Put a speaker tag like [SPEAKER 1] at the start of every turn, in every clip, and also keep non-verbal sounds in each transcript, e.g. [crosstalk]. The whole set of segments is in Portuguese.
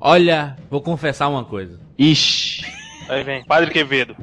[SPEAKER 1] Olha, vou confessar uma coisa.
[SPEAKER 2] Ixi.
[SPEAKER 3] Aí vem, Padre Quevedo.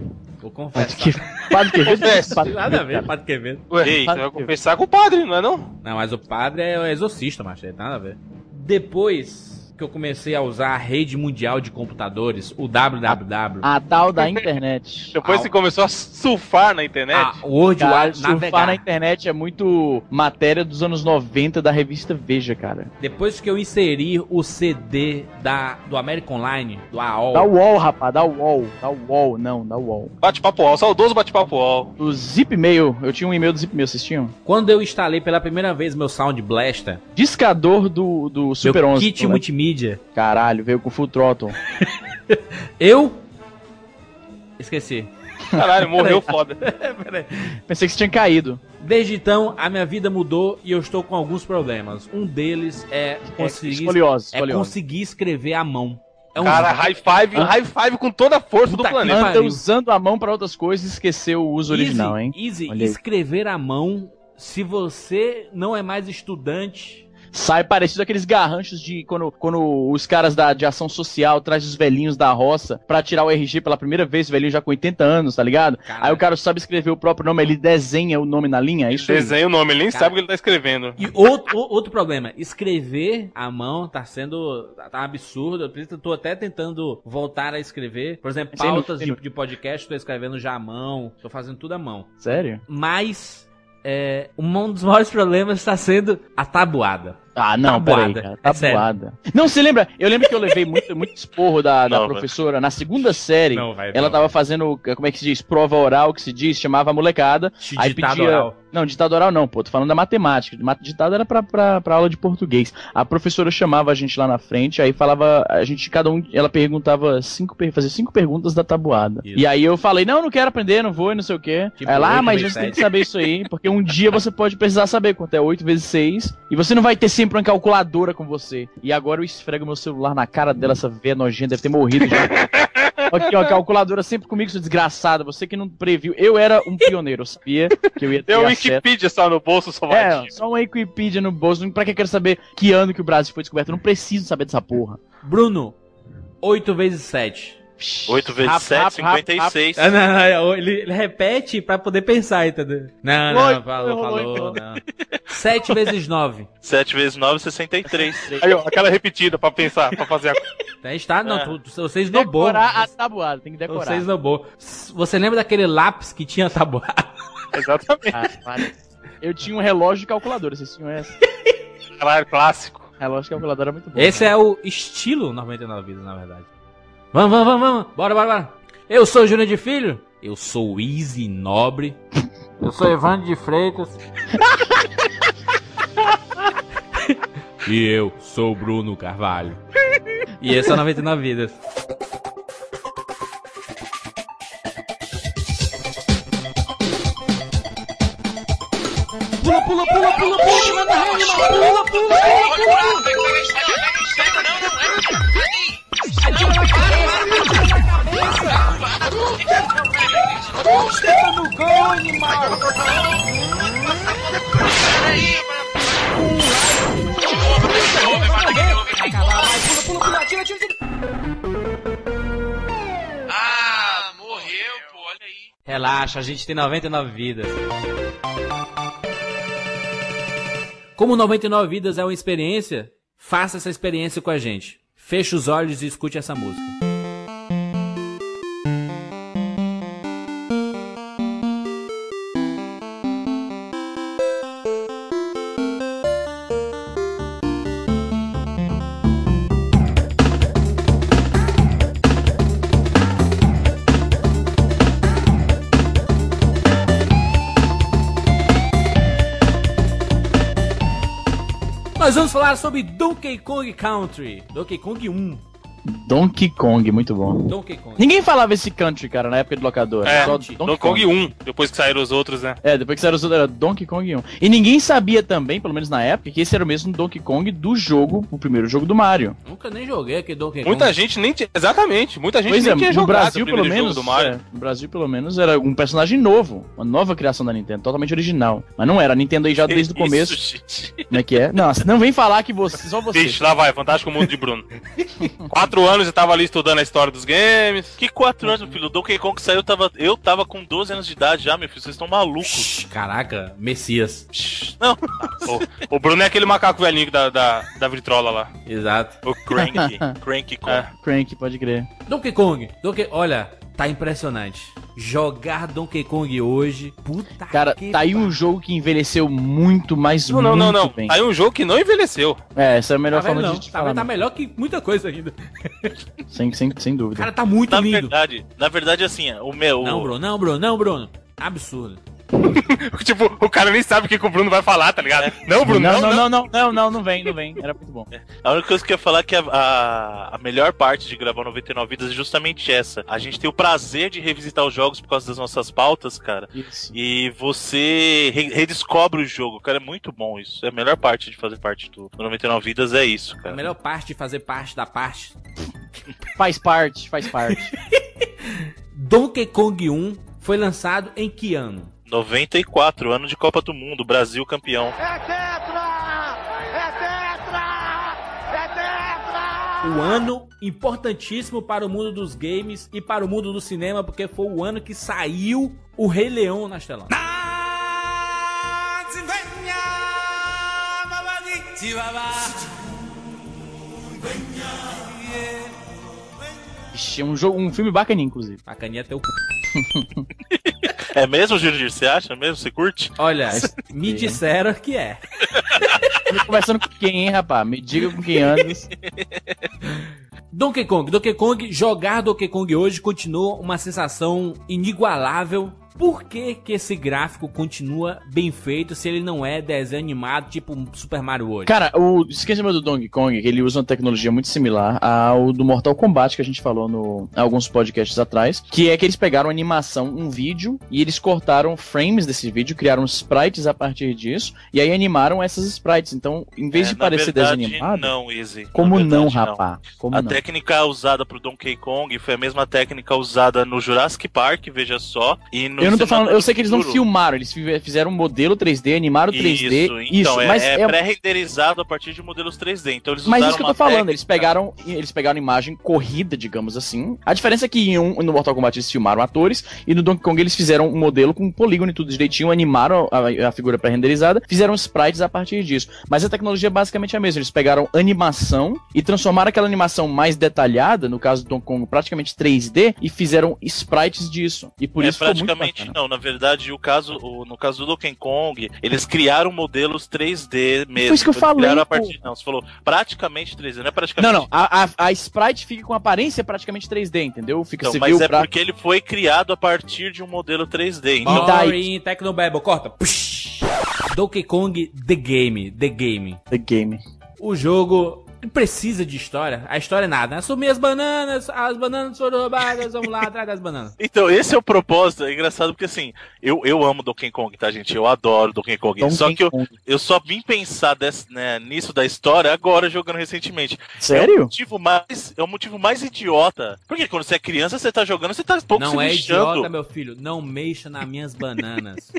[SPEAKER 1] Vou confessar.
[SPEAKER 2] Que... Padre Quevedo?
[SPEAKER 3] Confessa.
[SPEAKER 2] Padre
[SPEAKER 1] Nada a
[SPEAKER 2] Quevedo,
[SPEAKER 1] ver, Padre Quevedo.
[SPEAKER 3] Ué, Ei, você vai conversar com o padre, não é não?
[SPEAKER 1] Não, mas o padre é o exorcista, macho. é Nada a ver. Depois que eu comecei a usar a rede mundial de computadores, o WWW,
[SPEAKER 2] A tal da internet.
[SPEAKER 3] Depois
[SPEAKER 1] Ah,
[SPEAKER 3] você começou a surfar na internet.
[SPEAKER 1] a World
[SPEAKER 2] Ah, Cara,
[SPEAKER 1] Wide
[SPEAKER 2] surfar na
[SPEAKER 1] Navegar.
[SPEAKER 2] internet é muito matéria dos anos 90 da revista Veja, cara.
[SPEAKER 1] Depois que eu inseri o CD da, do American Online, do AOL,
[SPEAKER 2] Da UOL, rapaz, da UOL. Da UOL, não, da UOL.
[SPEAKER 3] Bate-papo all, saudoso bate-papo all.
[SPEAKER 2] Do Zip Mail, eu tinha um e-mail do Zip Mail, vocês tinham?
[SPEAKER 1] quando eu instalei pela primeira vez meu Sound Blaster,
[SPEAKER 2] Discador do, do Super né?
[SPEAKER 1] meu
[SPEAKER 2] 11.
[SPEAKER 1] kit
[SPEAKER 2] moleque.
[SPEAKER 1] multimídia,
[SPEAKER 2] Caralho, veio com Full Throttle.
[SPEAKER 1] eu... Esqueci.
[SPEAKER 3] Caralho, morreu foda.
[SPEAKER 2] É Pensei que você tinha caído.
[SPEAKER 1] Desde então, a minha vida mudou e eu estou com alguns problemas. Um deles é conseguir
[SPEAKER 2] Escoliose,
[SPEAKER 1] é
[SPEAKER 2] escoliose.
[SPEAKER 1] conseguir escrever à mão. É um
[SPEAKER 3] Cara, high five,
[SPEAKER 2] Hã?
[SPEAKER 3] high five com toda a força do
[SPEAKER 1] Puta que
[SPEAKER 3] planeta.
[SPEAKER 2] Anda
[SPEAKER 1] pariu.
[SPEAKER 2] usando a mão pra outras coisas e esqueceu o uso original, hein?
[SPEAKER 1] Easy,
[SPEAKER 2] Olha aí.
[SPEAKER 1] escrever à mão se você não é mais estudante.
[SPEAKER 2] Sai parecido aqueles garranchos de quando, quando os caras da, de ação social traz os velhinhos da roça pra tirar o RG pela primeira vez, o velhinho já com 80 anos, tá ligado?
[SPEAKER 1] Cara.
[SPEAKER 2] Aí o cara sabe escrever o próprio nome, ele desenha o nome na linha, é isso aí.
[SPEAKER 3] Desenha o nome, ele nem
[SPEAKER 1] Cara.
[SPEAKER 3] sabe o que ele tá escrevendo.
[SPEAKER 1] E outro, o- outro problema, escrever à mão tá sendo tá tá um absurdo. Eu preciso- tô até tentando voltar a escrever. Por exemplo,
[SPEAKER 2] Sem
[SPEAKER 1] pautas de,
[SPEAKER 2] dúvida.
[SPEAKER 1] de podcast, tô escrevendo já à mão, tô fazendo tudo à mão.
[SPEAKER 2] Sério?
[SPEAKER 1] Mas é, um dos maiores problemas está sendo a tabuada.
[SPEAKER 2] Ah, não,
[SPEAKER 1] Tabuada.
[SPEAKER 2] peraí, cara.
[SPEAKER 1] É sério.
[SPEAKER 2] Tabuada. não, você lembra? Eu lembro que eu levei muito, muito esporro da, da
[SPEAKER 3] Não,
[SPEAKER 2] professora na segunda série.
[SPEAKER 1] vai.
[SPEAKER 2] Ela tava fazendo, como é que se diz? Prova oral, que se diz, chamava a molecada. aí pedia- Não, ditado oral não, pô. Tô falando da matemática. Ma- Ditado era pra, pra, pra aula de português. A professora chamava a gente lá na frente, aí falava, a gente, cada um, ela perguntava cinco, per- fazia cinco perguntas da tabuada.
[SPEAKER 1] Isso.
[SPEAKER 2] E aí eu falei, não, não quero aprender, não vou e não sei o quê.
[SPEAKER 1] Tipo,
[SPEAKER 2] ela, ah,
[SPEAKER 1] oito
[SPEAKER 2] mas
[SPEAKER 1] vezes
[SPEAKER 2] você tem que
[SPEAKER 1] sete."
[SPEAKER 2] saber isso aí, porque um dia você pode precisar saber quanto é 8 vezes 6, e você não vai ter sempre uma calculadora com você. E agora eu esfrego meu celular na cara dela, essa véia nojenta, deve ter morrido já. [laughs] Aqui, ó, calculadora sempre comigo, seu desgraçado. Você que não previu. Eu era um pioneiro, eu sabia que eu ia ter
[SPEAKER 3] Deu
[SPEAKER 2] acesso.
[SPEAKER 3] um Wikipedia só no bolso, só
[SPEAKER 2] É, só uma Wikipedia no bolso. Pra que eu quero saber que ano que o Brasil foi descoberto? Eu não preciso saber dessa porra.
[SPEAKER 1] Bruno, 8 vezes 7.
[SPEAKER 4] 8 vezes
[SPEAKER 2] Rápido,
[SPEAKER 4] 7,
[SPEAKER 2] rápido, rápido, É, né?
[SPEAKER 4] 56.
[SPEAKER 1] Ah, não, não, não, ele, ele repete pra poder pensar, entendeu? Não, não,
[SPEAKER 2] Oi,
[SPEAKER 1] falou,
[SPEAKER 2] oi,
[SPEAKER 1] falou, não. 7 vezes 9.
[SPEAKER 4] 7 vezes 9, 63.
[SPEAKER 3] Aí, ó, aquela repetida pra pensar, pra fazer a [laughs]
[SPEAKER 1] Então, a gente tá, não,
[SPEAKER 3] É.
[SPEAKER 1] tu, tu, você esnobou.
[SPEAKER 2] Decorar a tabuada, tem que decorar.
[SPEAKER 1] Você esnobou. S- Você lembra daquele lápis que tinha tabuado?
[SPEAKER 3] Exatamente.
[SPEAKER 2] Ah, para. eu tinha um relógio de calculadora, vocês tinham essa?
[SPEAKER 3] Caralho, clássico.
[SPEAKER 2] Relógio de calculadora é muito bom.
[SPEAKER 1] Esse é o estilo 99 vidas, na verdade. Vamos, vamos, vamos, vamos. Bora, bora, bora. Eu sou o Júnior de Filho. Eu sou o Easy Nobre. Eu sou Evandro de Freitas. e eu sou o Bruno Carvalho. E esse é o 99 Vidas.
[SPEAKER 5] Ah, morreu, pô, olha aí.
[SPEAKER 1] Relaxa, a gente tem 99 vidas. Como 99 vidas é uma experiência, faça essa experiência com a gente. Feche os olhos e escute essa música. Nós vamos falar sobre Donkey Kong Country, Donkey Kong 1.
[SPEAKER 2] Donkey Kong, muito bom.
[SPEAKER 1] Donkey Kong.
[SPEAKER 2] Ninguém falava esse country, cara, na época de locadora.
[SPEAKER 3] É,
[SPEAKER 2] Só
[SPEAKER 1] Donkey
[SPEAKER 3] Donkey Kong 1, depois que saíram os outros, né?
[SPEAKER 2] É, depois que saiu os outros, era Donkey Kong 1. E ninguém sabia também, pelo menos na época, que esse era o mesmo Donkey Kong do jogo, o primeiro jogo do Mario.
[SPEAKER 1] Nunca nem joguei aqui Donkey Kong.
[SPEAKER 3] Muita gente nem tinha. Exatamente, muita gente
[SPEAKER 2] pois
[SPEAKER 3] nem
[SPEAKER 2] é,
[SPEAKER 3] tinha
[SPEAKER 2] no
[SPEAKER 3] jogado
[SPEAKER 2] Brasil,
[SPEAKER 3] o
[SPEAKER 2] pelo
[SPEAKER 3] primeiro jogo
[SPEAKER 2] menos,
[SPEAKER 3] do Mario.
[SPEAKER 2] é, no Brasil, pelo menos, era um personagem novo. Uma nova criação da Nintendo, totalmente original. Mas não era, a Nintendo aí já
[SPEAKER 3] [laughs]
[SPEAKER 2] desde o começo,
[SPEAKER 4] Isso, gente.
[SPEAKER 2] como é que é? Não, não vem falar que você, só você.
[SPEAKER 3] Vixe, lá vai, Fantástico Mundo de
[SPEAKER 2] [laughs]
[SPEAKER 3] Bruno. Quatro anos eu tava ali estudando a história dos games.
[SPEAKER 4] Que quatro anos, meu filho? O Donkey Kong saiu, tava, eu tava com 12 anos de idade já, meu filho. Vocês estão malucos.
[SPEAKER 1] Shhh, Caraca, Messias.
[SPEAKER 4] Não,
[SPEAKER 3] O Bruno é aquele macaco velhinho da, da, da vitrola lá.
[SPEAKER 1] Exato.
[SPEAKER 4] o
[SPEAKER 2] [laughs]
[SPEAKER 4] Crank. Crank Kong.
[SPEAKER 3] É.
[SPEAKER 2] Crank, pode crer.
[SPEAKER 1] Donkey Kong. Donkey... Olha, tá impressionante. Jogar Donkey Kong hoje, puta
[SPEAKER 2] Cara,
[SPEAKER 1] que
[SPEAKER 2] tá aí um jogo que envelheceu muito, mas
[SPEAKER 3] Não, não,
[SPEAKER 2] muito
[SPEAKER 3] não, não.
[SPEAKER 2] bem.
[SPEAKER 3] Aí um jogo que não envelheceu. [laughs]
[SPEAKER 2] É, essa é a melhor
[SPEAKER 1] Tá,
[SPEAKER 2] forma
[SPEAKER 1] vendo, não.
[SPEAKER 2] de te
[SPEAKER 1] Tá
[SPEAKER 2] falar. né?
[SPEAKER 1] vendo? Tá melhor que muita coisa ainda.
[SPEAKER 2] sem, sem, sem dúvida.
[SPEAKER 1] Cara, tá muito
[SPEAKER 4] Na
[SPEAKER 1] lindo.
[SPEAKER 4] verdade, na verdade, assim, o meu.
[SPEAKER 1] Não, Bruno, não, Bruno, não, Bruno. Absurdo.
[SPEAKER 3] tipo, o cara nem sabe o que, que o Bruno vai falar, tá ligado?
[SPEAKER 4] É.
[SPEAKER 3] Não, Bruno,
[SPEAKER 2] não, não, não, não, não, não, não vem, não vem. Era muito bom.
[SPEAKER 4] A única coisa que eu ia falar é que a, a, a melhor parte de gravar 99 Vidas é justamente essa. A gente tem o prazer de revisitar os jogos por causa das nossas pautas, cara.
[SPEAKER 2] Isso.
[SPEAKER 4] E você re- redescobre o jogo, cara. É muito bom isso. É a melhor parte de fazer parte do do 99 Vidas, é isso,
[SPEAKER 1] A
[SPEAKER 4] cara.
[SPEAKER 1] melhor parte de fazer parte da parte
[SPEAKER 2] Faz parte, faz
[SPEAKER 3] [laughs]
[SPEAKER 2] parte.
[SPEAKER 1] Donkey Kong 1 foi lançado em que ano?
[SPEAKER 4] 94, ano de Copa do Mundo, Brasil campeão.
[SPEAKER 1] O ano importantíssimo para o mundo dos games e para o mundo do cinema, porque foi o ano que saiu o Rei Leão nas telas.
[SPEAKER 2] Ixi, é um, jogo, um filme bacaninho, inclusive.
[SPEAKER 1] A caninha teu
[SPEAKER 4] É mesmo, Júlio? Você acha mesmo? Você curte?
[SPEAKER 1] Olha, me disseram que é.
[SPEAKER 2] Tô conversando com quem, hein, rapaz? Me diga com quem andas.
[SPEAKER 1] Donkey Kong, Donkey Kong, jogar Donkey Kong hoje continua uma sensação inigualável. Por que, que esse gráfico continua bem feito se ele não é desenho animado tipo Super Mario hoje?
[SPEAKER 2] Cara, o esquema do Donkey Kong, ele usa uma tecnologia muito similar ao do Mortal Kombat que a gente falou no alguns podcasts atrás, que é que eles pegaram animação, um vídeo, e eles cortaram frames desse vídeo, criaram sprites a partir disso, e aí animaram essas sprites. Então, em vez
[SPEAKER 4] É,
[SPEAKER 2] de
[SPEAKER 4] na
[SPEAKER 2] parecer
[SPEAKER 4] verdade,
[SPEAKER 2] desanimado,
[SPEAKER 4] Não, Easy.
[SPEAKER 2] como
[SPEAKER 4] Na
[SPEAKER 2] não,
[SPEAKER 4] verdade,
[SPEAKER 2] rapá? Como
[SPEAKER 4] a
[SPEAKER 2] não?
[SPEAKER 4] técnica usada pro Donkey Kong foi a mesma técnica usada no Jurassic Park, veja só. E no
[SPEAKER 2] Eu não tô
[SPEAKER 4] Cinema
[SPEAKER 2] falando, eu
[SPEAKER 4] do
[SPEAKER 2] sei que eles não
[SPEAKER 4] Futuro.
[SPEAKER 2] filmaram, eles fi- fizeram um modelo 3D, animaram o 3D,
[SPEAKER 4] Isso,
[SPEAKER 2] isso,
[SPEAKER 4] então, é,
[SPEAKER 2] mas
[SPEAKER 4] é
[SPEAKER 2] é-
[SPEAKER 4] pré-renderizado a partir de modelos 3D. Então eles
[SPEAKER 2] mas
[SPEAKER 4] usaram
[SPEAKER 2] isso que eu
[SPEAKER 4] uma
[SPEAKER 2] tô falando,
[SPEAKER 4] técnica-
[SPEAKER 2] eles pegaram, eles pegaram imagem corrida, digamos assim. A diferença é que em um, no Mortal Kombat eles filmaram atores e no Donkey Kong eles fizeram um modelo com polígono e tudo direitinho, animaram a, a figura pré-renderizada, fizeram sprites a partir disso. Mas a tecnologia é basicamente a mesma, eles pegaram animação e transformaram aquela animação mais detalhada, no caso do Donkey Kong praticamente 3D e fizeram sprites disso. E por
[SPEAKER 4] é
[SPEAKER 2] isso ficou muito bacana.
[SPEAKER 4] praticamente não, na verdade, o caso, o- no caso do Donkey Kong, eles criaram modelos 3D mesmo.
[SPEAKER 2] isso que eu
[SPEAKER 4] Eles
[SPEAKER 2] falei,
[SPEAKER 4] Criaram a
[SPEAKER 2] pô.
[SPEAKER 4] partir, não, você falou praticamente 3D, não é
[SPEAKER 2] Não,
[SPEAKER 4] praticamente.
[SPEAKER 2] não. A, a- a sprite fica com aparência praticamente 3D, entendeu? Fica
[SPEAKER 4] Então,
[SPEAKER 2] você
[SPEAKER 4] mas
[SPEAKER 2] vê
[SPEAKER 4] é
[SPEAKER 2] o braço.
[SPEAKER 4] porque ele foi criado a partir de um modelo 3D. Então,
[SPEAKER 2] E daí?
[SPEAKER 1] Boring, Tecnobabble, corta. Psh. Donkey Kong The Game, The Game.
[SPEAKER 2] The game.
[SPEAKER 1] O jogo precisa de história. A história é nada. Assumi as bananas, as bananas foram roubadas, vamos lá atrás das bananas.
[SPEAKER 4] Então, esse é o propósito. É engraçado porque, assim, eu, eu amo Donkey Kong, tá, gente? Eu adoro Donkey Kong. só que eu, eu só vim pensar desse, né, nisso da história agora, jogando recentemente. É o
[SPEAKER 2] Sério?
[SPEAKER 4] motivo mais, é o motivo mais idiota. Porque quando você é criança, você tá jogando, você tá [laughs] pouco se
[SPEAKER 1] não é
[SPEAKER 4] lixando.
[SPEAKER 1] idiota, meu filho. Não mexa nas minhas
[SPEAKER 4] [laughs]
[SPEAKER 1] bananas.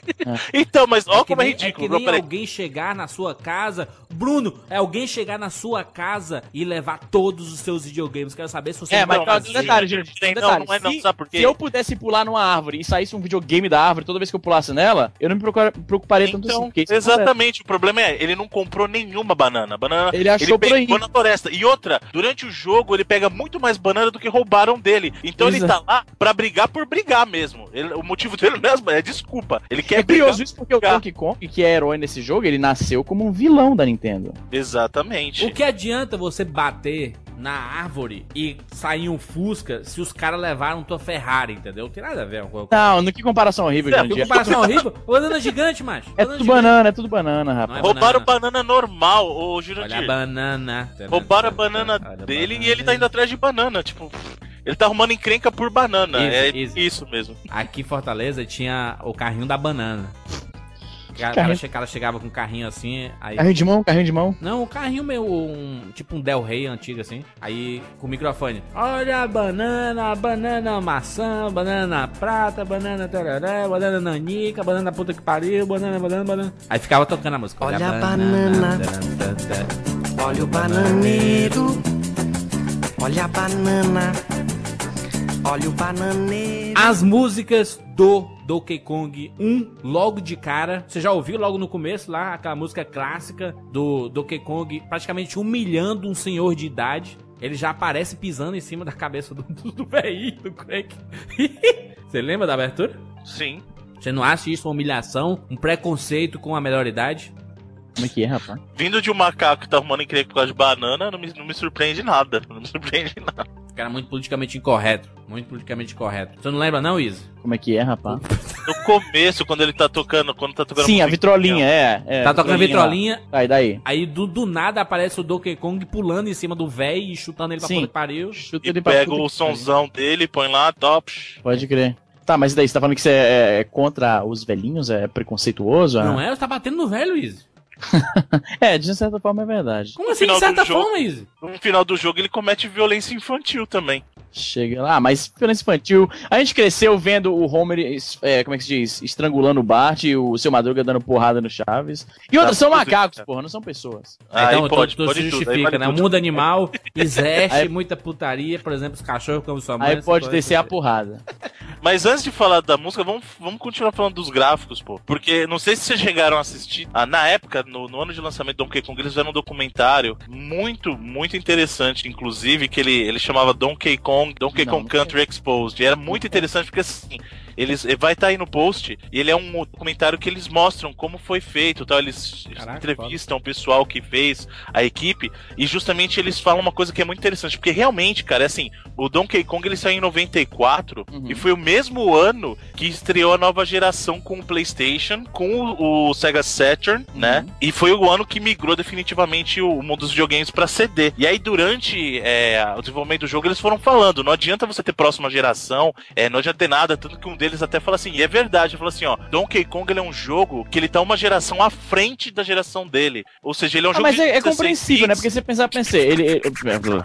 [SPEAKER 4] Então, mas olha
[SPEAKER 1] que
[SPEAKER 4] como é
[SPEAKER 1] nem-
[SPEAKER 4] ridículo.
[SPEAKER 1] que
[SPEAKER 4] Não,
[SPEAKER 1] nem
[SPEAKER 4] peraí.
[SPEAKER 1] alguém chegar na sua casa. Bruno, é alguém chegar na sua casa e levar todos os seus videogames. Quero saber se você
[SPEAKER 2] É,
[SPEAKER 1] não
[SPEAKER 2] mas
[SPEAKER 1] vai
[SPEAKER 2] tá,
[SPEAKER 1] fazer.
[SPEAKER 2] detalhe, gente.
[SPEAKER 4] Não,
[SPEAKER 2] detalhe.
[SPEAKER 4] não é não,
[SPEAKER 2] se,
[SPEAKER 4] sabe por quê?
[SPEAKER 2] se eu pudesse pular numa árvore e saísse um videogame da árvore toda vez que eu pulasse nela, eu não me procura- preocuparia tanto assim.
[SPEAKER 4] Então,
[SPEAKER 2] porque isso
[SPEAKER 4] exatamente, o problema é, ele não comprou nenhuma banana. A Banana
[SPEAKER 2] Ele achou por aí.
[SPEAKER 4] pegou na floresta. E outra, durante o jogo ele pega muito mais banana do que roubaram dele. Então ele tá
[SPEAKER 2] Exato.
[SPEAKER 4] lá pra brigar por brigar mesmo. Ele- o motivo dele [laughs] não é as bananas, é desculpa. Ele quer
[SPEAKER 2] É curioso
[SPEAKER 4] brigar.
[SPEAKER 2] isso porque o
[SPEAKER 4] Brigar.
[SPEAKER 2] Donkey Kong, que é herói nesse jogo, ele nasceu como um vilão da Nintendo.
[SPEAKER 4] Exatamente.
[SPEAKER 1] O que adianta você bater na árvore e sair um Fusca se os caras levaram tua Ferrari, entendeu? Não tem nada a ver com
[SPEAKER 2] Não, no que comparação horrível,
[SPEAKER 4] É,
[SPEAKER 2] hoje em
[SPEAKER 1] Que
[SPEAKER 2] dia.
[SPEAKER 1] comparação horrível. Banana gigante, macho.
[SPEAKER 2] É
[SPEAKER 1] Banana
[SPEAKER 2] tudo
[SPEAKER 1] gigante.
[SPEAKER 2] banana, é tudo banana, rapaz.
[SPEAKER 1] Não é
[SPEAKER 4] Roubaram banana normal, ô
[SPEAKER 1] Olha a
[SPEAKER 4] Jurandir.
[SPEAKER 1] banana.
[SPEAKER 4] Roubaram a banana
[SPEAKER 1] Olha a
[SPEAKER 4] dele
[SPEAKER 1] banana.
[SPEAKER 4] e ele tá indo atrás de banana. Tipo, ele tá arrumando encrenca por banana.
[SPEAKER 1] Isso,
[SPEAKER 4] é
[SPEAKER 1] isso.
[SPEAKER 4] isso, mesmo.
[SPEAKER 1] Aqui em Fortaleza tinha o carrinho da banana. O cara,
[SPEAKER 2] Carrinho.
[SPEAKER 1] che- cara chegava com um carrinho assim, aí.
[SPEAKER 2] Carrinho de mão, carrinho de mão.
[SPEAKER 1] Não, um carrinho meu, um, tipo um Del Rey antigo assim. Aí com o microfone. Olha a banana, banana maçã, banana prata, banana tararé, banana nanica, banana puta que pariu, banana, banana, banana. Aí ficava tocando a música.
[SPEAKER 6] Olha a banana. Olha o bananeiro. Olha a banana. Olha o bananeiro.
[SPEAKER 1] As músicas do Donkey Kong 1, logo de cara. Você já ouviu logo no começo lá aquela música clássica do Donkey Kong praticamente humilhando um senhor de idade. Ele já aparece pisando em cima da cabeça do, do, do velhinho, do Craig. [laughs] Você lembra da abertura?
[SPEAKER 4] Sim.
[SPEAKER 1] Você não acha isso uma humilhação, um preconceito com a melhor idade?
[SPEAKER 2] Como é que é, rapaz?
[SPEAKER 4] Vindo de um macaco que tá arrumando encrenca por causa de banana, não me, não me surpreende nada. Não me surpreende [laughs] nada.
[SPEAKER 1] Cara, muito politicamente incorreto. Muito politicamente correto. Você não lembra não, Izzy?
[SPEAKER 2] Como é que é, rapaz?
[SPEAKER 4] No começo, quando ele tá tocando, quando tá tocando
[SPEAKER 2] Sim, a
[SPEAKER 4] música-
[SPEAKER 2] vitrolinha, é. é,
[SPEAKER 1] tá tocando vitrolinha,
[SPEAKER 2] lá. Aí, daí.
[SPEAKER 1] aí do, do nada aparece o Donkey Kong pulando em cima do véi e chutando ele pra
[SPEAKER 2] Sim.
[SPEAKER 1] puta que pariu.
[SPEAKER 2] Chuta
[SPEAKER 4] E
[SPEAKER 2] pra
[SPEAKER 4] pega
[SPEAKER 2] tudo
[SPEAKER 4] o
[SPEAKER 2] que pariu.
[SPEAKER 4] sonzão dele, põe lá, top.
[SPEAKER 2] Pode crer. Tá, mas e daí? Você tá falando que você é, é contra os velhinhos? É preconceituoso?
[SPEAKER 1] Não é? Você tá batendo no velho, Izzy.
[SPEAKER 2] É, de certa forma é verdade.
[SPEAKER 1] Como assim, de
[SPEAKER 4] final
[SPEAKER 1] certa
[SPEAKER 4] do jogo.
[SPEAKER 1] forma, Izzy?
[SPEAKER 4] No final do jogo, ele comete violência infantil também.
[SPEAKER 2] Chega lá, mas violência infantil. A gente cresceu vendo o Homer, es- é, como é que se diz? Estrangulando o Bart e o seu Madruga dando porrada no Chaves.
[SPEAKER 1] Tá,
[SPEAKER 2] E outras são
[SPEAKER 4] tudo
[SPEAKER 1] é
[SPEAKER 2] macacos,
[SPEAKER 4] isso.
[SPEAKER 2] porra, não são pessoas.
[SPEAKER 1] Ah, então,
[SPEAKER 4] aí
[SPEAKER 1] pode,
[SPEAKER 4] pode,
[SPEAKER 1] tudo
[SPEAKER 4] pode
[SPEAKER 1] se
[SPEAKER 4] tudo.
[SPEAKER 1] justifica,
[SPEAKER 4] Aí vale
[SPEAKER 1] né? O
[SPEAKER 4] tudo.
[SPEAKER 1] mundo animal [laughs] existe
[SPEAKER 2] Aí-
[SPEAKER 1] muita putaria, por exemplo, os cachorros como sua mãe.
[SPEAKER 2] Aí
[SPEAKER 1] essas
[SPEAKER 2] pode
[SPEAKER 1] coisas.
[SPEAKER 2] descer a porrada.
[SPEAKER 1] Então,
[SPEAKER 4] Mas antes de falar da música, vamos, vamos continuar falando dos gráficos, pô. Porque não sei se vocês chegaram a assistir. Ah, na época, no, no ano de lançamento do Donkey Kong, eles fizeram um documentário muito, muito interessante, inclusive, que ele, ele chamava Donkey Kong, Donkey
[SPEAKER 2] Não,
[SPEAKER 4] Kong
[SPEAKER 2] não
[SPEAKER 4] Country Exposed. E era muito interessante porque assim. Eles vai estar aí no post e ele é um documentário que eles mostram como foi feito, tal. Eles
[SPEAKER 1] Caraca,
[SPEAKER 4] entrevistam o pessoal que fez a equipe e justamente eles falam uma coisa que é muito interessante porque realmente, cara, é assim, o Donkey Kong ele saiu em 94
[SPEAKER 2] Uhum.
[SPEAKER 4] e foi o mesmo ano que estreou a nova geração com o PlayStation, com o, o Sega Saturn,
[SPEAKER 2] Uhum.
[SPEAKER 4] né? E foi o ano que migrou definitivamente o, o mundo dos videogames pra CD. E aí durante é, o desenvolvimento do jogo eles foram falando, não adianta você ter próxima geração, é, não adianta ter nada, tanto que um deles até fala assim, e é verdade, fala assim, ó, Donkey Kong ele é um jogo que ele tá uma geração à frente da geração dele. Ou seja, ele é um
[SPEAKER 2] Ah,
[SPEAKER 4] jogo
[SPEAKER 2] mas
[SPEAKER 4] de
[SPEAKER 2] é, é
[SPEAKER 4] 16
[SPEAKER 2] compreensível, né?
[SPEAKER 4] bits.
[SPEAKER 2] Porque você pensar, pensei, ele. ele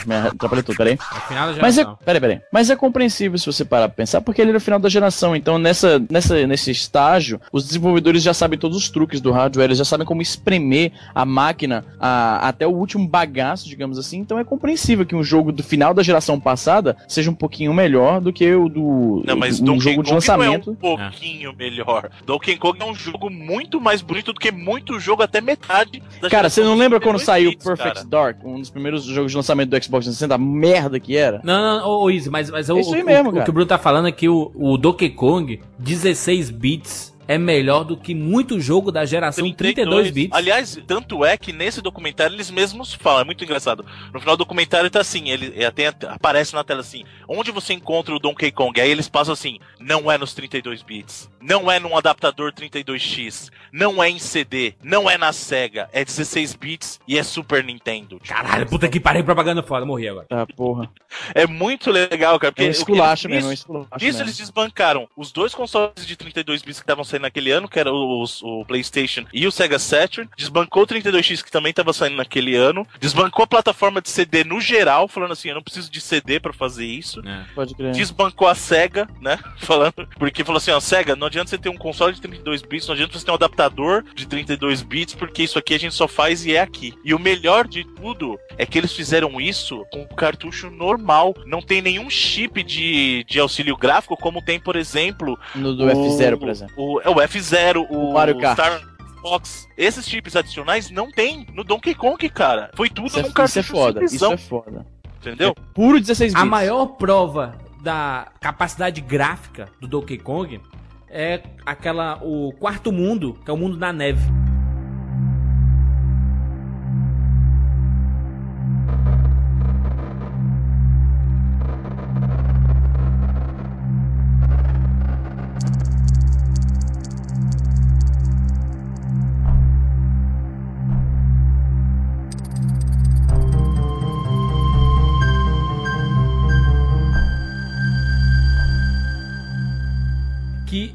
[SPEAKER 2] me atrapalhou tudo, peraí.
[SPEAKER 1] É final da
[SPEAKER 2] Mas é,
[SPEAKER 1] geração.
[SPEAKER 2] peraí, peraí. Mas é compreensível se você parar pra pensar, porque ele era o final da geração. Então, nessa, nessa, nesse estágio, os desenvolvedores já sabem todos os truques do hardware, eles já sabem como espremer a máquina a- até o último bagaço, digamos assim. Então, é compreensível que um jogo do final da geração passada seja um pouquinho melhor do que o do
[SPEAKER 4] Não, mas
[SPEAKER 2] um
[SPEAKER 4] Donkey
[SPEAKER 2] jogo
[SPEAKER 4] Kong
[SPEAKER 2] de lançamento.
[SPEAKER 4] não é um pouquinho melhor. Donkey Kong é um jogo muito mais bonito do que muito jogo, até metade da
[SPEAKER 2] Cara,
[SPEAKER 4] geração
[SPEAKER 2] você não lembra quando
[SPEAKER 4] 32
[SPEAKER 2] saiu
[SPEAKER 4] bits,
[SPEAKER 2] Perfect
[SPEAKER 4] cara?
[SPEAKER 2] Dark, um dos primeiros jogos de lançamento do Xbox 360, a merda que era?
[SPEAKER 1] Não, não, ô, ô Izzy, mas, mas o,
[SPEAKER 2] Isso aí
[SPEAKER 1] o-
[SPEAKER 2] mesmo,
[SPEAKER 1] o,
[SPEAKER 2] cara.
[SPEAKER 1] que o Bruno tá falando é que o, o Donkey Kong, 16 bits, é melhor do que muito jogo da geração 32, bits.
[SPEAKER 4] Aliás, tanto é que nesse documentário eles mesmos falam, é muito engraçado. No final do documentário tá assim, ele é, tem- aparece na tela assim, onde você encontra o Donkey Kong? Aí eles passam assim, não é nos 32 bits, não é num adaptador 32X, não é em CD, não é na Sega, é 16 bits e é Super Nintendo. Tipo,
[SPEAKER 1] Caralho, puta que pariu, propaganda foda, morri agora.
[SPEAKER 2] Ah, porra.
[SPEAKER 4] É muito legal, cara. Porque
[SPEAKER 2] É um
[SPEAKER 4] o que
[SPEAKER 2] esculacho
[SPEAKER 4] eles-
[SPEAKER 2] mesmo, é um esculacho.
[SPEAKER 4] Isso
[SPEAKER 2] mesmo.
[SPEAKER 4] eles desbancaram. Os dois consoles de 32 bits que estavam saindo naquele ano, que era o, o- o PlayStation e o Sega Saturn, desbancou o 32X que também estava saindo naquele ano, desbancou a plataforma de CD no geral, falando assim, eu não preciso de CD pra fazer isso.
[SPEAKER 2] Pode crer.
[SPEAKER 4] Desbancou a SEGA, né? [laughs] Falando. Porque falou assim, ó, SEGA, não adianta você ter um console de 32 bits, não adianta você ter um adaptador de 32 bits, porque isso aqui a gente só faz e é aqui. E o melhor de tudo é que eles fizeram isso com cartucho normal. Não tem nenhum chip de, de auxílio gráfico, como tem, por exemplo,
[SPEAKER 2] No do
[SPEAKER 4] o-
[SPEAKER 2] F0, por exemplo.
[SPEAKER 4] O, é o F0, o,
[SPEAKER 2] Mario Kart.
[SPEAKER 4] Star Fox. Esses chips adicionais não tem no Donkey Kong, cara. Foi tudo
[SPEAKER 2] Isso é,
[SPEAKER 4] num
[SPEAKER 2] isso é
[SPEAKER 4] cartucho
[SPEAKER 2] foda, isso
[SPEAKER 4] simplesão,
[SPEAKER 2] é foda.
[SPEAKER 4] entendeu?
[SPEAKER 2] Puro 16 bits.
[SPEAKER 1] A maior prova da capacidade gráfica do Donkey Kong é aquela o quarto mundo, que é o mundo da neve.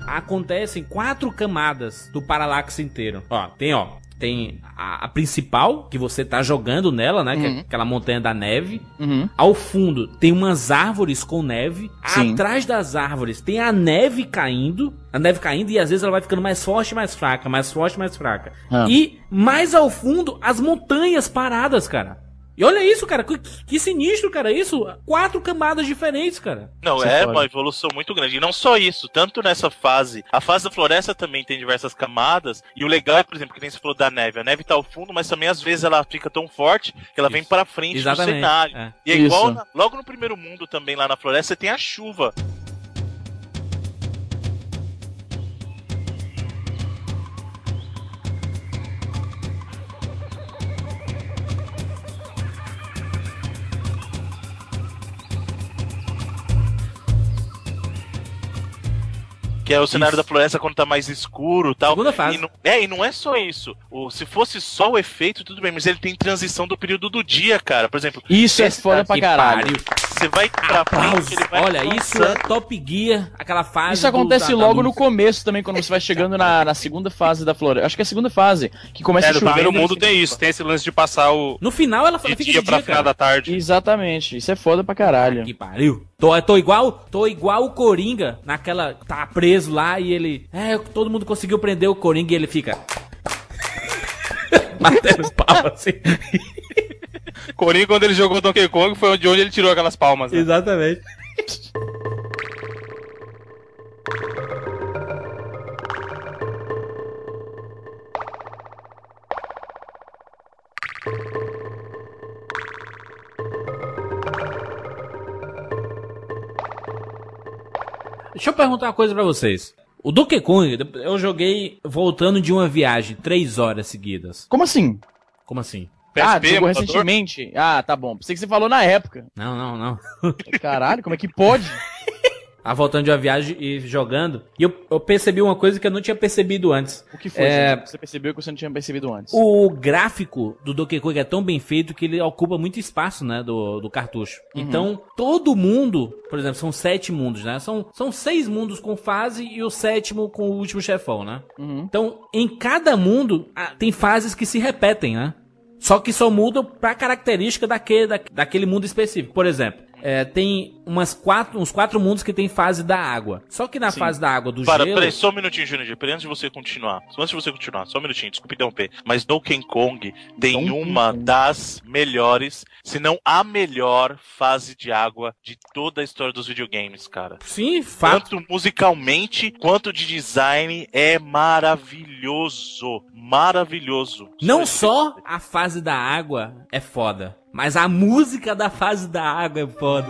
[SPEAKER 1] acontecem quatro camadas do paralaxe inteiro. Ó, tem, ó, tem a, a principal, que você tá jogando nela, né? Que é
[SPEAKER 2] Uhum.
[SPEAKER 1] aquela montanha da neve.
[SPEAKER 2] Uhum.
[SPEAKER 1] Ao fundo tem umas árvores com neve.
[SPEAKER 2] Sim.
[SPEAKER 1] Atrás das árvores tem a neve caindo. A neve caindo e às vezes ela vai ficando mais forte, mais fraca, mais forte, mais fraca.
[SPEAKER 2] Ah.
[SPEAKER 1] E mais ao fundo, as montanhas paradas, cara. E olha isso, cara. Que, que sinistro, cara. Isso, quatro camadas diferentes, cara.
[SPEAKER 4] Não,
[SPEAKER 2] Você
[SPEAKER 4] é
[SPEAKER 2] pode.
[SPEAKER 4] uma evolução muito grande. E não só isso, tanto nessa fase. A fase da floresta também tem diversas camadas. E o legal é, por exemplo, que nem você falou da neve. A neve tá ao fundo, mas também às vezes ela fica tão forte que ela vem
[SPEAKER 1] Isso.
[SPEAKER 4] pra frente do cenário.
[SPEAKER 1] É.
[SPEAKER 4] E é igual
[SPEAKER 2] Isso.
[SPEAKER 4] na- logo no primeiro mundo também, lá na floresta, você tem a chuva. Que é o cenário da floresta quando tá mais escuro e tal.
[SPEAKER 1] Segunda fase.
[SPEAKER 4] E não, é, e não é só isso. O, se fosse só o efeito, tudo bem, mas ele tem transição do período do dia, cara. Por exemplo,
[SPEAKER 2] Isso é
[SPEAKER 4] Esse
[SPEAKER 2] foda
[SPEAKER 4] daqui
[SPEAKER 2] pra
[SPEAKER 1] Que
[SPEAKER 2] caralho.
[SPEAKER 1] pariu.
[SPEAKER 4] você vai pra
[SPEAKER 1] Aplausos.
[SPEAKER 4] frente, ele vai
[SPEAKER 1] Olha, isso é
[SPEAKER 4] avançando.
[SPEAKER 1] Top Gear, aquela fase.
[SPEAKER 2] Isso acontece logo no começo também, quando você vai chegando na, na segunda fase da floresta. Acho que é a segunda fase, que começa
[SPEAKER 3] É,
[SPEAKER 2] a
[SPEAKER 3] no
[SPEAKER 2] chover. né,
[SPEAKER 3] primeiro mundo tem isso, tem esse lance de passar o
[SPEAKER 1] No final ela
[SPEAKER 3] de
[SPEAKER 1] fica de
[SPEAKER 3] dia
[SPEAKER 1] dia,
[SPEAKER 3] pra final
[SPEAKER 1] cara.
[SPEAKER 3] da tarde.
[SPEAKER 2] Exatamente, isso é foda pra caralho.
[SPEAKER 1] Que pariu. Tô, é, tô igual, tô igual o Coringa, naquela tá preso lá e ele, é, todo mundo conseguiu prender o Coringa e ele fica [laughs] batendo palma assim.
[SPEAKER 3] Coringa, quando ele jogou Donkey Kong, foi de onde ele tirou aquelas palmas. né?
[SPEAKER 1] Exatamente. Deixa eu perguntar uma coisa pra vocês. O Donkey Kong, eu joguei voltando de uma viagem, três horas seguidas.
[SPEAKER 2] Como assim?
[SPEAKER 1] Como assim?
[SPEAKER 2] ah, tu jogou
[SPEAKER 3] emulador?
[SPEAKER 2] recentemente? Ah, tá bom. Pensei que você falou na época.
[SPEAKER 1] Não, não, não.
[SPEAKER 2] Caralho, como é que pode?
[SPEAKER 1] Ah, voltando de uma viagem e jogando. E eu, eu percebi uma coisa que eu não tinha percebido antes.
[SPEAKER 2] O [laughs] que foi,
[SPEAKER 1] É.
[SPEAKER 2] gente? Você percebeu que você não tinha percebido antes.
[SPEAKER 1] O gráfico do Donkey Kong é tão bem feito que ele ocupa muito espaço, né, do, do cartucho. Então, todo mundo, por exemplo, são sete mundos, né? São, são seis mundos com fase e o sétimo com o último chefão, né?
[SPEAKER 2] Uhum.
[SPEAKER 1] Então, em cada mundo, ah, tem fases que se repetem, né? Só que só mudam pra característica daquele, da- daquele mundo específico. Por exemplo, é, tem umas quatro, uns quatro mundos que tem fase da água. Só que na fase da água do
[SPEAKER 4] Para,
[SPEAKER 1] gelo...
[SPEAKER 4] peraí, só um minutinho, Jurandir. Peraí, antes de você continuar. Antes de você continuar, só um minutinho, desculpa interromper. Mas Donkey Kong tem
[SPEAKER 2] Donkey
[SPEAKER 4] uma
[SPEAKER 2] Kong.
[SPEAKER 4] das melhores, se não a melhor fase de água de toda a história dos videogames, cara.
[SPEAKER 1] Sim, fato.
[SPEAKER 4] Tanto musicalmente quanto de design é maravilhoso. Maravilhoso.
[SPEAKER 1] Não
[SPEAKER 4] isso.
[SPEAKER 1] só a fase da água é foda, mas a música da fase da água é foda.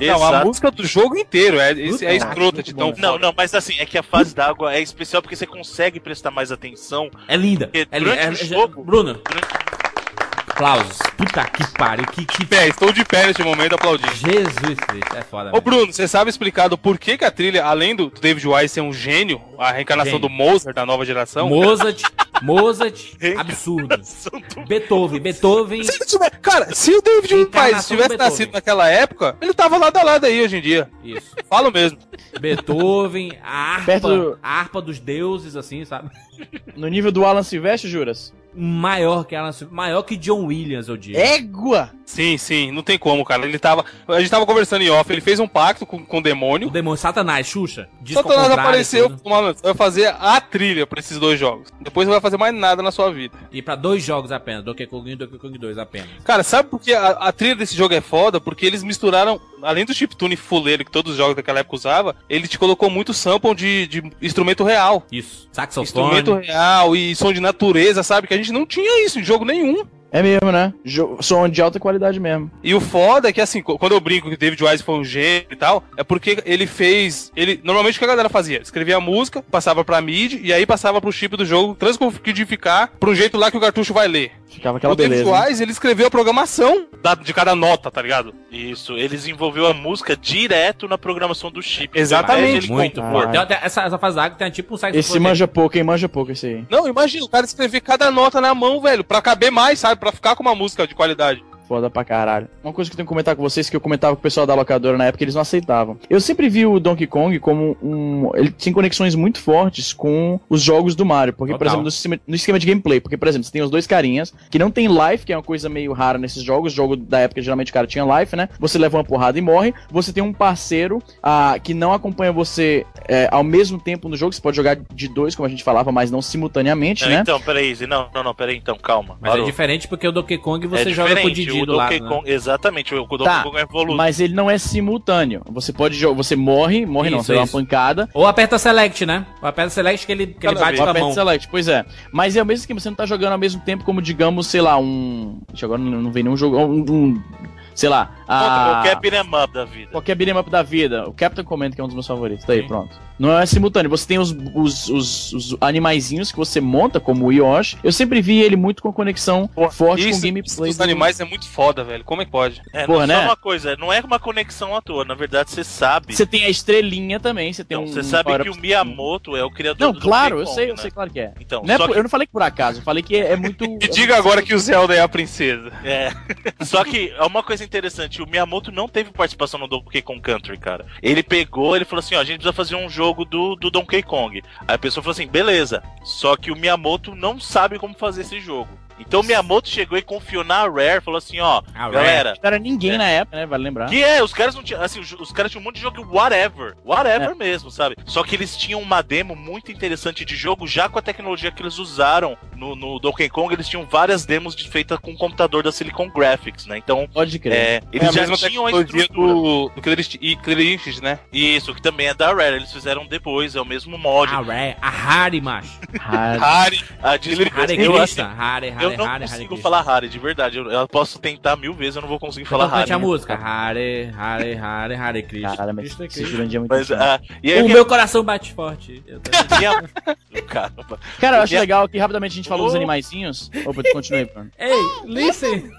[SPEAKER 3] Não, a
[SPEAKER 4] Exato.
[SPEAKER 3] música do jogo inteiro é, esse- é
[SPEAKER 2] Puta,
[SPEAKER 3] escrota
[SPEAKER 2] muito
[SPEAKER 3] de tão
[SPEAKER 2] bom.
[SPEAKER 4] Não, não, mas assim, é que a fase da água é especial porque você consegue prestar mais atenção.
[SPEAKER 1] É linda.
[SPEAKER 4] Porque
[SPEAKER 1] É linda.
[SPEAKER 4] durante
[SPEAKER 1] É-
[SPEAKER 4] o
[SPEAKER 1] é-
[SPEAKER 4] jogo-
[SPEAKER 1] Bruno. Aplausos. Puta que pariu. Que, que...
[SPEAKER 3] pé. Estou de pé neste momento aplaudindo.
[SPEAKER 1] Jesus Cristo. É foda.
[SPEAKER 3] Ô
[SPEAKER 1] mesmo.
[SPEAKER 3] Bruno, você sabe explicar do porquê que a trilha, além do David Wise ser um gênio, a reencarnação
[SPEAKER 1] Gênio.
[SPEAKER 4] Então-
[SPEAKER 3] do Mozart da nova geração,
[SPEAKER 1] Mozart,
[SPEAKER 4] [laughs]
[SPEAKER 1] Mozart, absurdo. Beethoven, Beethoven.
[SPEAKER 7] Se ele tiver- Cara, se o David
[SPEAKER 1] Encarnação
[SPEAKER 7] Paes
[SPEAKER 1] do
[SPEAKER 7] tivesse
[SPEAKER 1] Beethoven.
[SPEAKER 7] nascido naquela época, ele tava lado a lado aí hoje em dia.
[SPEAKER 1] Isso.
[SPEAKER 7] Falo mesmo.
[SPEAKER 1] Beethoven, a harpa,
[SPEAKER 2] Perto do-
[SPEAKER 1] a harpa dos deuses, assim, sabe?
[SPEAKER 2] No nível do Alan Silvestre, juras?
[SPEAKER 1] Maior que Alan, Silver- maior que John Williams, eu digo.
[SPEAKER 2] É? Égua!
[SPEAKER 7] Sim, sim, não tem como, cara. Ele tava. A gente tava conversando em off, ele fez um pacto com, com o
[SPEAKER 1] O
[SPEAKER 7] demônio.
[SPEAKER 1] demônio Satanás, Xuxa. Disco ao
[SPEAKER 7] Satanás
[SPEAKER 1] contrário,
[SPEAKER 7] apareceu,
[SPEAKER 1] tudo.
[SPEAKER 7] falou, mano, você vai fazer a trilha pra esses dois jogos. Depois não vai fazer mais nada na sua vida.
[SPEAKER 1] E pra dois jogos apenas, Donkey Kong 1 e Donkey Kong 2 apenas.
[SPEAKER 7] Cara, sabe por que a, a trilha desse jogo é foda? Porque eles misturaram, além do chiptune fuleiro que todos os jogos daquela época usava, ele te colocou muito sample de, de instrumento real.
[SPEAKER 1] Isso. Saxofone.
[SPEAKER 7] Instrumento real e som de natureza, sabe? Que a gente não tinha isso em jogo nenhum.
[SPEAKER 2] É mesmo, né? Jo som de alta qualidade mesmo.
[SPEAKER 7] E o foda é que, assim, co- quando eu brinco que David Wise foi um gênio e tal, é porque ele fez. ele Normalmente o que a galera fazia? Escrevia a música, passava pra MIDI e aí passava pro chip do jogo transcodificar pra um jeito lá que o cartucho vai ler.
[SPEAKER 2] Ficava aquela
[SPEAKER 7] o David
[SPEAKER 2] beleza. né?
[SPEAKER 7] Wise, ele escreveu a programação.
[SPEAKER 4] da- de cada nota, tá ligado? Isso, ele desenvolveu a música direto na programação do chip.
[SPEAKER 7] Exatamente.
[SPEAKER 4] Ao invés é de
[SPEAKER 1] Muito
[SPEAKER 4] ele
[SPEAKER 1] pô.
[SPEAKER 4] compor.
[SPEAKER 1] Tem até- Essa, essa fase da água tem tipo um saxofone.
[SPEAKER 2] Esse manja pouco, hein? Manja pouco esse aí.
[SPEAKER 7] Não, imagina, o cara escrever cada nota na mão, velho, pra caber mais, sabe? Pra ficar com uma música de qualidade.
[SPEAKER 2] Foda pra caralho. Uma coisa que eu tenho que comentar com vocês, que eu comentava com o pessoal da locadora na época, eles não aceitavam. Eu sempre vi o Donkey Kong como um. Ele tem conexões muito fortes com os jogos do Mario. Porque, por
[SPEAKER 1] Total.
[SPEAKER 2] exemplo, no sistema, no esquema de gameplay. Porque, por exemplo, você tem os dois carinhas, que não tem life, que é uma coisa meio rara nesses jogos. Jogo da época, geralmente o cara tinha life, né? Você leva uma porrada e morre. Você tem um parceiro ah, que não acompanha você é, ao mesmo tempo no jogo. Você pode jogar de dois, como a gente falava, mas não simultaneamente,
[SPEAKER 4] Não,
[SPEAKER 2] né?
[SPEAKER 4] Então, peraí, Zi, não, não, não, peraí, então, calma.
[SPEAKER 1] Mas é
[SPEAKER 4] Parou.
[SPEAKER 1] diferente porque o Donkey Kong você
[SPEAKER 4] É
[SPEAKER 1] joga com o
[SPEAKER 4] diferente,
[SPEAKER 1] Didi do lado.
[SPEAKER 4] Donkey
[SPEAKER 1] né?
[SPEAKER 4] Kong- Exatamente, o o Donkey
[SPEAKER 2] Tá,
[SPEAKER 4] Kong é evoluído.
[SPEAKER 2] Mas ele não é simultâneo. Você pode jogar. Você morre, morre não,
[SPEAKER 1] Isso,
[SPEAKER 2] você dá uma
[SPEAKER 1] isso.
[SPEAKER 2] pancada.
[SPEAKER 1] Ou aperta select, né? Ou aperta select que ele, que ele
[SPEAKER 7] Cada
[SPEAKER 1] bate
[SPEAKER 7] vez.
[SPEAKER 1] com
[SPEAKER 2] Ou
[SPEAKER 1] a
[SPEAKER 2] aperta
[SPEAKER 1] mão.
[SPEAKER 2] select, pois é. Mas é o mesmo que você não tá jogando ao mesmo tempo como, digamos, sei lá, um. Deixa eu- agora não não vem nenhum jogo. Um, um- sei lá. A...
[SPEAKER 4] Qualquer beat'em up da vida.
[SPEAKER 2] Qualquer beat'em up da vida. O Captain Command, que é um dos meus favoritos. Tá aí,
[SPEAKER 1] Sim.
[SPEAKER 2] pronto. Não é simultâneo. Você tem os, os, os, os animaizinhos que você monta, como o Yoshi. Eu sempre vi ele muito com a conexão forte com né? o
[SPEAKER 7] Isso, isso
[SPEAKER 2] gameplay.
[SPEAKER 7] dos
[SPEAKER 2] do-
[SPEAKER 7] animais é muito foda, velho. Como é que pode?
[SPEAKER 4] É,
[SPEAKER 2] Porra,
[SPEAKER 4] não, só
[SPEAKER 2] né?
[SPEAKER 4] uma coisa, não é uma conexão à toa, na verdade você sabe.
[SPEAKER 2] Você tem a estrelinha também. Você tem
[SPEAKER 4] Então,
[SPEAKER 2] um.
[SPEAKER 4] você sabe que
[SPEAKER 2] power-up-
[SPEAKER 4] o Miyamoto é o criador
[SPEAKER 2] Não,
[SPEAKER 4] do
[SPEAKER 2] claro, eu
[SPEAKER 4] Donkey Kong,
[SPEAKER 2] sei, eu
[SPEAKER 4] né?
[SPEAKER 2] sei, claro que é.
[SPEAKER 4] Então,
[SPEAKER 2] Não é
[SPEAKER 4] só
[SPEAKER 2] por-
[SPEAKER 4] que,
[SPEAKER 2] Eu não falei que por acaso, eu falei que é, é muito.
[SPEAKER 7] Me diga agora que o Zelda é a princesa.
[SPEAKER 4] é, só que é uma coisa interessante, o Miyamoto não teve participação no Donkey Kong Country, cara. Ele pegou, ele falou assim, ó, a gente precisa fazer um jogo do, do Donkey Kong. Aí a pessoa falou assim, beleza, só que o Miyamoto não sabe como fazer esse jogo. Então o Miyamoto chegou e confiou na Rare, falou assim, ó,
[SPEAKER 1] A Rare.
[SPEAKER 4] galera,
[SPEAKER 2] Não era ninguém na época, né? Vale lembrar.
[SPEAKER 4] Que é, os caras não tinham. Assim, os os caras tinham um monte de jogo whatever. Whatever mesmo, sabe? Só que eles tinham uma demo muito interessante de jogo, já com a tecnologia que eles usaram no, no Donkey Kong, eles tinham várias demos de- feitas com o computador da Silicon Graphics, né? Então,
[SPEAKER 2] Pode crer.
[SPEAKER 4] é, eles
[SPEAKER 7] é a
[SPEAKER 4] já
[SPEAKER 7] mesma
[SPEAKER 4] tinham a
[SPEAKER 7] tecnologia
[SPEAKER 4] estrutura.
[SPEAKER 7] do, do Killer Inst- e Killer Instinct, né?
[SPEAKER 4] Isso, que também é da Rare, eles fizeram depois, é o mesmo mod.
[SPEAKER 1] A Rare, Ah, é. a Harry,
[SPEAKER 4] [laughs]
[SPEAKER 1] macho.
[SPEAKER 7] [laughs]
[SPEAKER 2] Raro.
[SPEAKER 7] Harry,
[SPEAKER 4] a Disney-
[SPEAKER 1] Harry
[SPEAKER 4] eu,
[SPEAKER 1] Krishna. Harry,
[SPEAKER 4] eu
[SPEAKER 1] Harry,
[SPEAKER 4] não
[SPEAKER 1] Harry, Harry
[SPEAKER 4] consigo
[SPEAKER 1] Krishna.
[SPEAKER 4] falar Rare, de verdade. Eu, eu posso tentar mil vezes, eu não vou conseguir
[SPEAKER 1] Então
[SPEAKER 4] falar
[SPEAKER 1] cante
[SPEAKER 4] Rare.
[SPEAKER 1] a música. Hare, Hare, Hare, Hare Krishna.
[SPEAKER 2] Caralho, mas
[SPEAKER 1] Krishna,
[SPEAKER 2] esse
[SPEAKER 1] Krishna.
[SPEAKER 2] Jurandir é muito.
[SPEAKER 4] Mas,
[SPEAKER 2] chato.
[SPEAKER 4] ah, e aí,
[SPEAKER 1] O
[SPEAKER 4] o
[SPEAKER 1] meu coração bate forte. Eu
[SPEAKER 4] [laughs]
[SPEAKER 1] tô-
[SPEAKER 4] que- minha- Caramba.
[SPEAKER 2] Cara, eu acho
[SPEAKER 4] e a-
[SPEAKER 2] legal que rapidamente a gente falou dos
[SPEAKER 4] Oh.
[SPEAKER 2] animaizinhos. Opa, continue aí,
[SPEAKER 1] [laughs]
[SPEAKER 2] Bruno.
[SPEAKER 1] Ei, listen.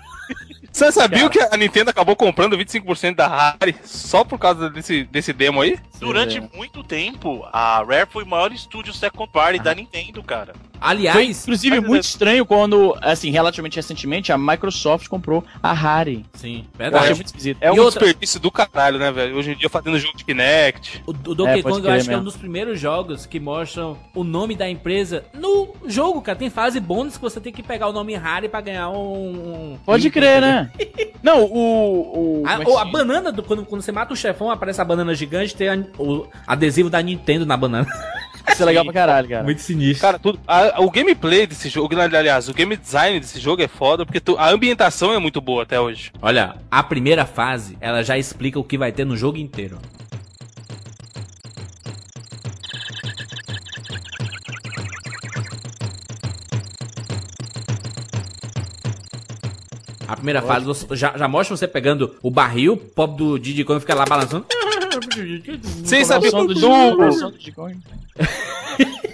[SPEAKER 7] Você sabia que a Nintendo acabou comprando 25% da Harry só por causa desse, desse demo aí?
[SPEAKER 4] Durante
[SPEAKER 2] Sim,
[SPEAKER 4] muito tempo, a Rare foi o maior estúdio second party
[SPEAKER 2] Ah.
[SPEAKER 4] da Nintendo, cara.
[SPEAKER 2] é. Foi,
[SPEAKER 1] Aliás,
[SPEAKER 2] inclusive, muito estranho quando, assim, relativamente recentemente, a Microsoft comprou a Harry.
[SPEAKER 1] sim,
[SPEAKER 2] Eu achei
[SPEAKER 1] verdade.
[SPEAKER 2] muito esquisito.
[SPEAKER 7] É
[SPEAKER 1] E
[SPEAKER 7] um
[SPEAKER 1] outra-
[SPEAKER 7] desperdício do caralho, né, velho? Hoje em dia fazendo jogo de Kinect.
[SPEAKER 1] O, o Donkey
[SPEAKER 2] É, pode
[SPEAKER 1] Kong eu
[SPEAKER 2] crer
[SPEAKER 1] acho que é um
[SPEAKER 2] mesmo.
[SPEAKER 1] dos primeiros jogos que mostram o nome da empresa no jogo, cara. Tem fase bônus que você tem que pegar o nome Harry pra ganhar um. um-
[SPEAKER 2] Pode
[SPEAKER 1] item,
[SPEAKER 2] crer,
[SPEAKER 1] entendeu?
[SPEAKER 2] né? Não, o. o
[SPEAKER 1] A,
[SPEAKER 2] como é que
[SPEAKER 1] ou Ah, a
[SPEAKER 2] se-
[SPEAKER 1] banana, do, quando, quando você mata o chefão, aparece a banana gigante, tem a- o adesivo da Nintendo na banana.
[SPEAKER 2] Isso é legal pra caralho, cara.
[SPEAKER 1] Muito sinistro.
[SPEAKER 7] Cara, tudo. a- o gameplay desse jogo, aliás, o game design desse jogo é foda, porque tu- a ambientação é muito boa até hoje.
[SPEAKER 1] Olha, a primeira fase, ela já explica o que vai ter no jogo inteiro. A primeira fase você- já, já mostra você pegando o barril, o pobre do Diddy Kong fica lá balançando. [laughs]
[SPEAKER 2] Como é
[SPEAKER 7] Sem
[SPEAKER 2] o
[SPEAKER 7] saber
[SPEAKER 2] som do
[SPEAKER 7] do
[SPEAKER 2] Digimon, como é o som do Digimon?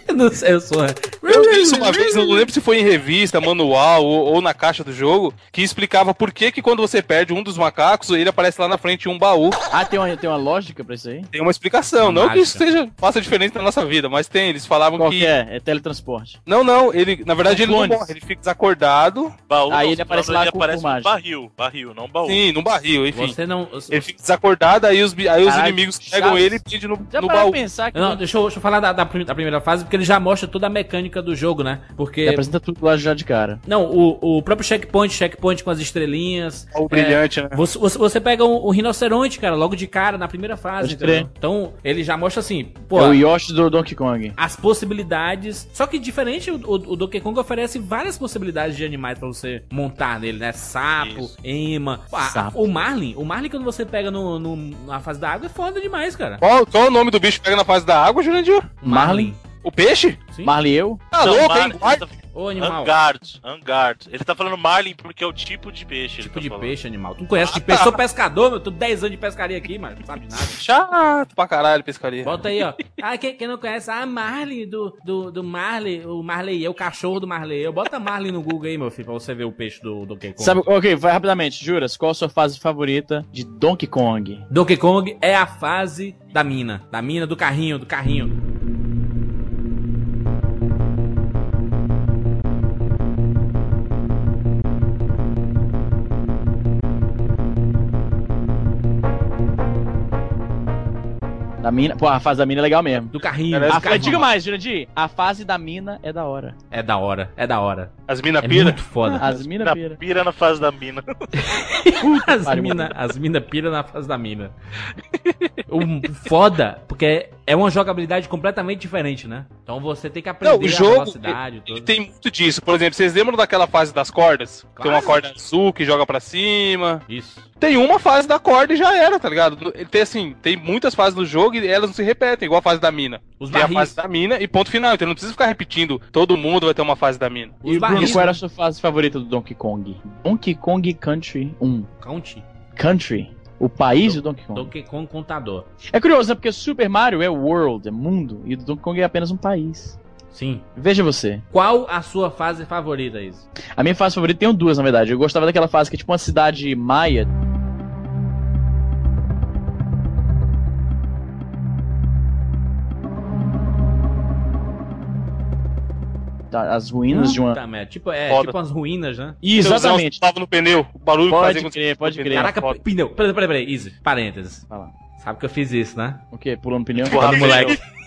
[SPEAKER 1] Eu não sei, eu sou. né?
[SPEAKER 7] Eu vi isso uma vez, eu não lembro se foi em revista, manual ou, ou na caixa do jogo, que explicava por que, que quando você perde um dos macacos, ele aparece lá na frente em um baú.
[SPEAKER 2] Ah, tem uma, tem uma lógica pra isso aí?
[SPEAKER 7] Tem uma explicação. Não que isso
[SPEAKER 1] Mágica.
[SPEAKER 7] seja, faça diferença na nossa vida, mas tem. Eles falavam
[SPEAKER 2] Qual
[SPEAKER 7] que.
[SPEAKER 2] que é? É teletransporte.
[SPEAKER 7] Não, não, ele. Na verdade,
[SPEAKER 2] São
[SPEAKER 7] ele não
[SPEAKER 2] clones.
[SPEAKER 7] morre, ele fica desacordado.
[SPEAKER 4] Baú,
[SPEAKER 2] Aí
[SPEAKER 4] não,
[SPEAKER 2] ele aparece
[SPEAKER 4] falando,
[SPEAKER 2] lá
[SPEAKER 4] ele
[SPEAKER 2] com
[SPEAKER 4] aparece
[SPEAKER 2] filmagem.
[SPEAKER 4] num barril, barril, não baú.
[SPEAKER 7] Sim, num barril, enfim.
[SPEAKER 1] Você não.
[SPEAKER 7] Ele fica desacordado, aí os, bi- aí os
[SPEAKER 2] Caralho,
[SPEAKER 7] inimigos
[SPEAKER 2] Chaves.
[SPEAKER 7] pegam ele e prendem no,
[SPEAKER 2] Já
[SPEAKER 7] no
[SPEAKER 2] para
[SPEAKER 7] baú.
[SPEAKER 2] pensar que
[SPEAKER 1] Não, deixa eu, deixa eu falar da, da prim- da primeira fase, porque ele já mostra toda a mecânica do jogo, né?
[SPEAKER 2] Ele
[SPEAKER 1] Porque.
[SPEAKER 2] apresenta tudo lá já de cara.
[SPEAKER 1] Não, o, o próprio checkpoint, checkpoint com as estrelinhas.
[SPEAKER 7] O
[SPEAKER 1] é,
[SPEAKER 7] brilhante, né?
[SPEAKER 1] Você, você- você pega um, um rinoceronte, cara, logo de cara, na primeira fase,
[SPEAKER 2] Pode crer.
[SPEAKER 1] entendeu? Então, ele já mostra assim, pô,
[SPEAKER 2] É o Yoshi do Donkey Kong.
[SPEAKER 1] as possibilidades. Só que diferente, o, o, o Donkey Kong oferece várias possibilidades de animais pra você montar nele, né? Sapo, ema. Pô, a-
[SPEAKER 2] Sapo.
[SPEAKER 1] O Marlin, o Marlin quando você pega no, no- na fase da água é foda demais, cara.
[SPEAKER 7] Qual, qual é o nome do bicho que pega na fase da água, Jurandir?
[SPEAKER 2] Marlin?
[SPEAKER 7] O peixe?
[SPEAKER 1] Sim.
[SPEAKER 2] Marlin e eu?
[SPEAKER 7] Tá
[SPEAKER 4] Não,
[SPEAKER 7] louco,
[SPEAKER 4] Mar-
[SPEAKER 7] hein? Guarda.
[SPEAKER 4] ele
[SPEAKER 1] Ô,
[SPEAKER 4] tá-
[SPEAKER 1] animal.
[SPEAKER 4] Angard, Angard. Ele tá falando Marlin porque é o tipo de peixe. ele
[SPEAKER 1] Tipo
[SPEAKER 4] tá
[SPEAKER 1] de
[SPEAKER 4] falando.
[SPEAKER 1] peixe, animal. Tu não conhece de peixe? Sou pescador, meu. Tô 10 anos de pescaria aqui, mas não sabe de nada.
[SPEAKER 7] então. Chato pra caralho, pescaria.
[SPEAKER 1] Bota aí, ó. Ah, quem, quem não conhece? Ah, Marley do, do, do Marley. O Marley é o cachorro do Marley. Eu bota Marley no Google aí, meu filho, pra você ver o peixe do Donkey Kong.
[SPEAKER 2] Sabe, ok, vai rapidamente. Juras, qual a sua fase favorita de Donkey Kong?
[SPEAKER 1] Donkey Kong é a fase da mina. Da mina, do carrinho, do carrinho.
[SPEAKER 2] Da mina? Pô, a fase da mina é legal mesmo.
[SPEAKER 1] Do carrinho.
[SPEAKER 7] Era
[SPEAKER 1] do
[SPEAKER 2] A,
[SPEAKER 1] carrinho.
[SPEAKER 2] diga mais, Jurandir. A fase da mina é da hora.
[SPEAKER 1] É da hora, é da hora.
[SPEAKER 7] As mina
[SPEAKER 1] É
[SPEAKER 7] pira?
[SPEAKER 1] muito foda.
[SPEAKER 2] As mina
[SPEAKER 4] Na
[SPEAKER 2] pira.
[SPEAKER 4] pira na fase
[SPEAKER 2] [laughs]
[SPEAKER 4] da mina.
[SPEAKER 1] As
[SPEAKER 2] pariu.
[SPEAKER 1] mina, as mina pira na fase da mina. O foda, porque é uma jogabilidade completamente diferente, né? Então você tem que aprender
[SPEAKER 7] Não, o jogo,
[SPEAKER 1] a velocidade. e
[SPEAKER 7] Ele
[SPEAKER 1] tudo.
[SPEAKER 7] tem muito disso. Por exemplo, vocês lembram daquela fase das cordas? Tem uma
[SPEAKER 1] Claro.
[SPEAKER 7] corda azul que joga pra cima.
[SPEAKER 1] Isso.
[SPEAKER 7] Tem uma fase da corda e já era, tá ligado? Ele Tem assim, tem muitas fases do jogo e elas não se repetem, igual a fase da mina.
[SPEAKER 1] Os
[SPEAKER 7] tem
[SPEAKER 1] barris.
[SPEAKER 7] a fase da mina e ponto final. Então não precisa ficar repetindo. Todo mundo vai ter uma fase da mina.
[SPEAKER 1] Os
[SPEAKER 2] E Bruno,
[SPEAKER 1] barris.
[SPEAKER 2] qual era a sua fase favorita do Donkey Kong? Donkey Kong Country 1.
[SPEAKER 1] Count.
[SPEAKER 2] Country. O país do Donkey Kong.
[SPEAKER 1] Donkey Kong contador.
[SPEAKER 2] É curioso, né? Porque Super Mario é world, é mundo, e o Donkey Kong é apenas um país.
[SPEAKER 1] Sim.
[SPEAKER 2] Veja você.
[SPEAKER 1] Qual a sua fase favorita, Isa?
[SPEAKER 2] A minha fase favorita tem duas, na verdade. Eu gostava daquela fase que é tipo uma cidade maia. Tá, As ruínas de uma. Então,
[SPEAKER 1] Puta merda. Tipo, é,
[SPEAKER 7] Foda.
[SPEAKER 1] tipo as ruínas, né?
[SPEAKER 2] Tá. Exatamente.
[SPEAKER 7] Tava no pneu. O barulho que fazia
[SPEAKER 2] Pode
[SPEAKER 7] quando-
[SPEAKER 2] crer, pode crer.
[SPEAKER 1] Caraca,
[SPEAKER 7] foda.
[SPEAKER 1] pneu. Peraí, peraí, peraí, Isa. Parênteses.
[SPEAKER 2] Vai lá.
[SPEAKER 1] Sabe que eu fiz isso, né?
[SPEAKER 2] O quê? Pulando um pneu?
[SPEAKER 4] Porra,
[SPEAKER 1] moleque.
[SPEAKER 4] [laughs]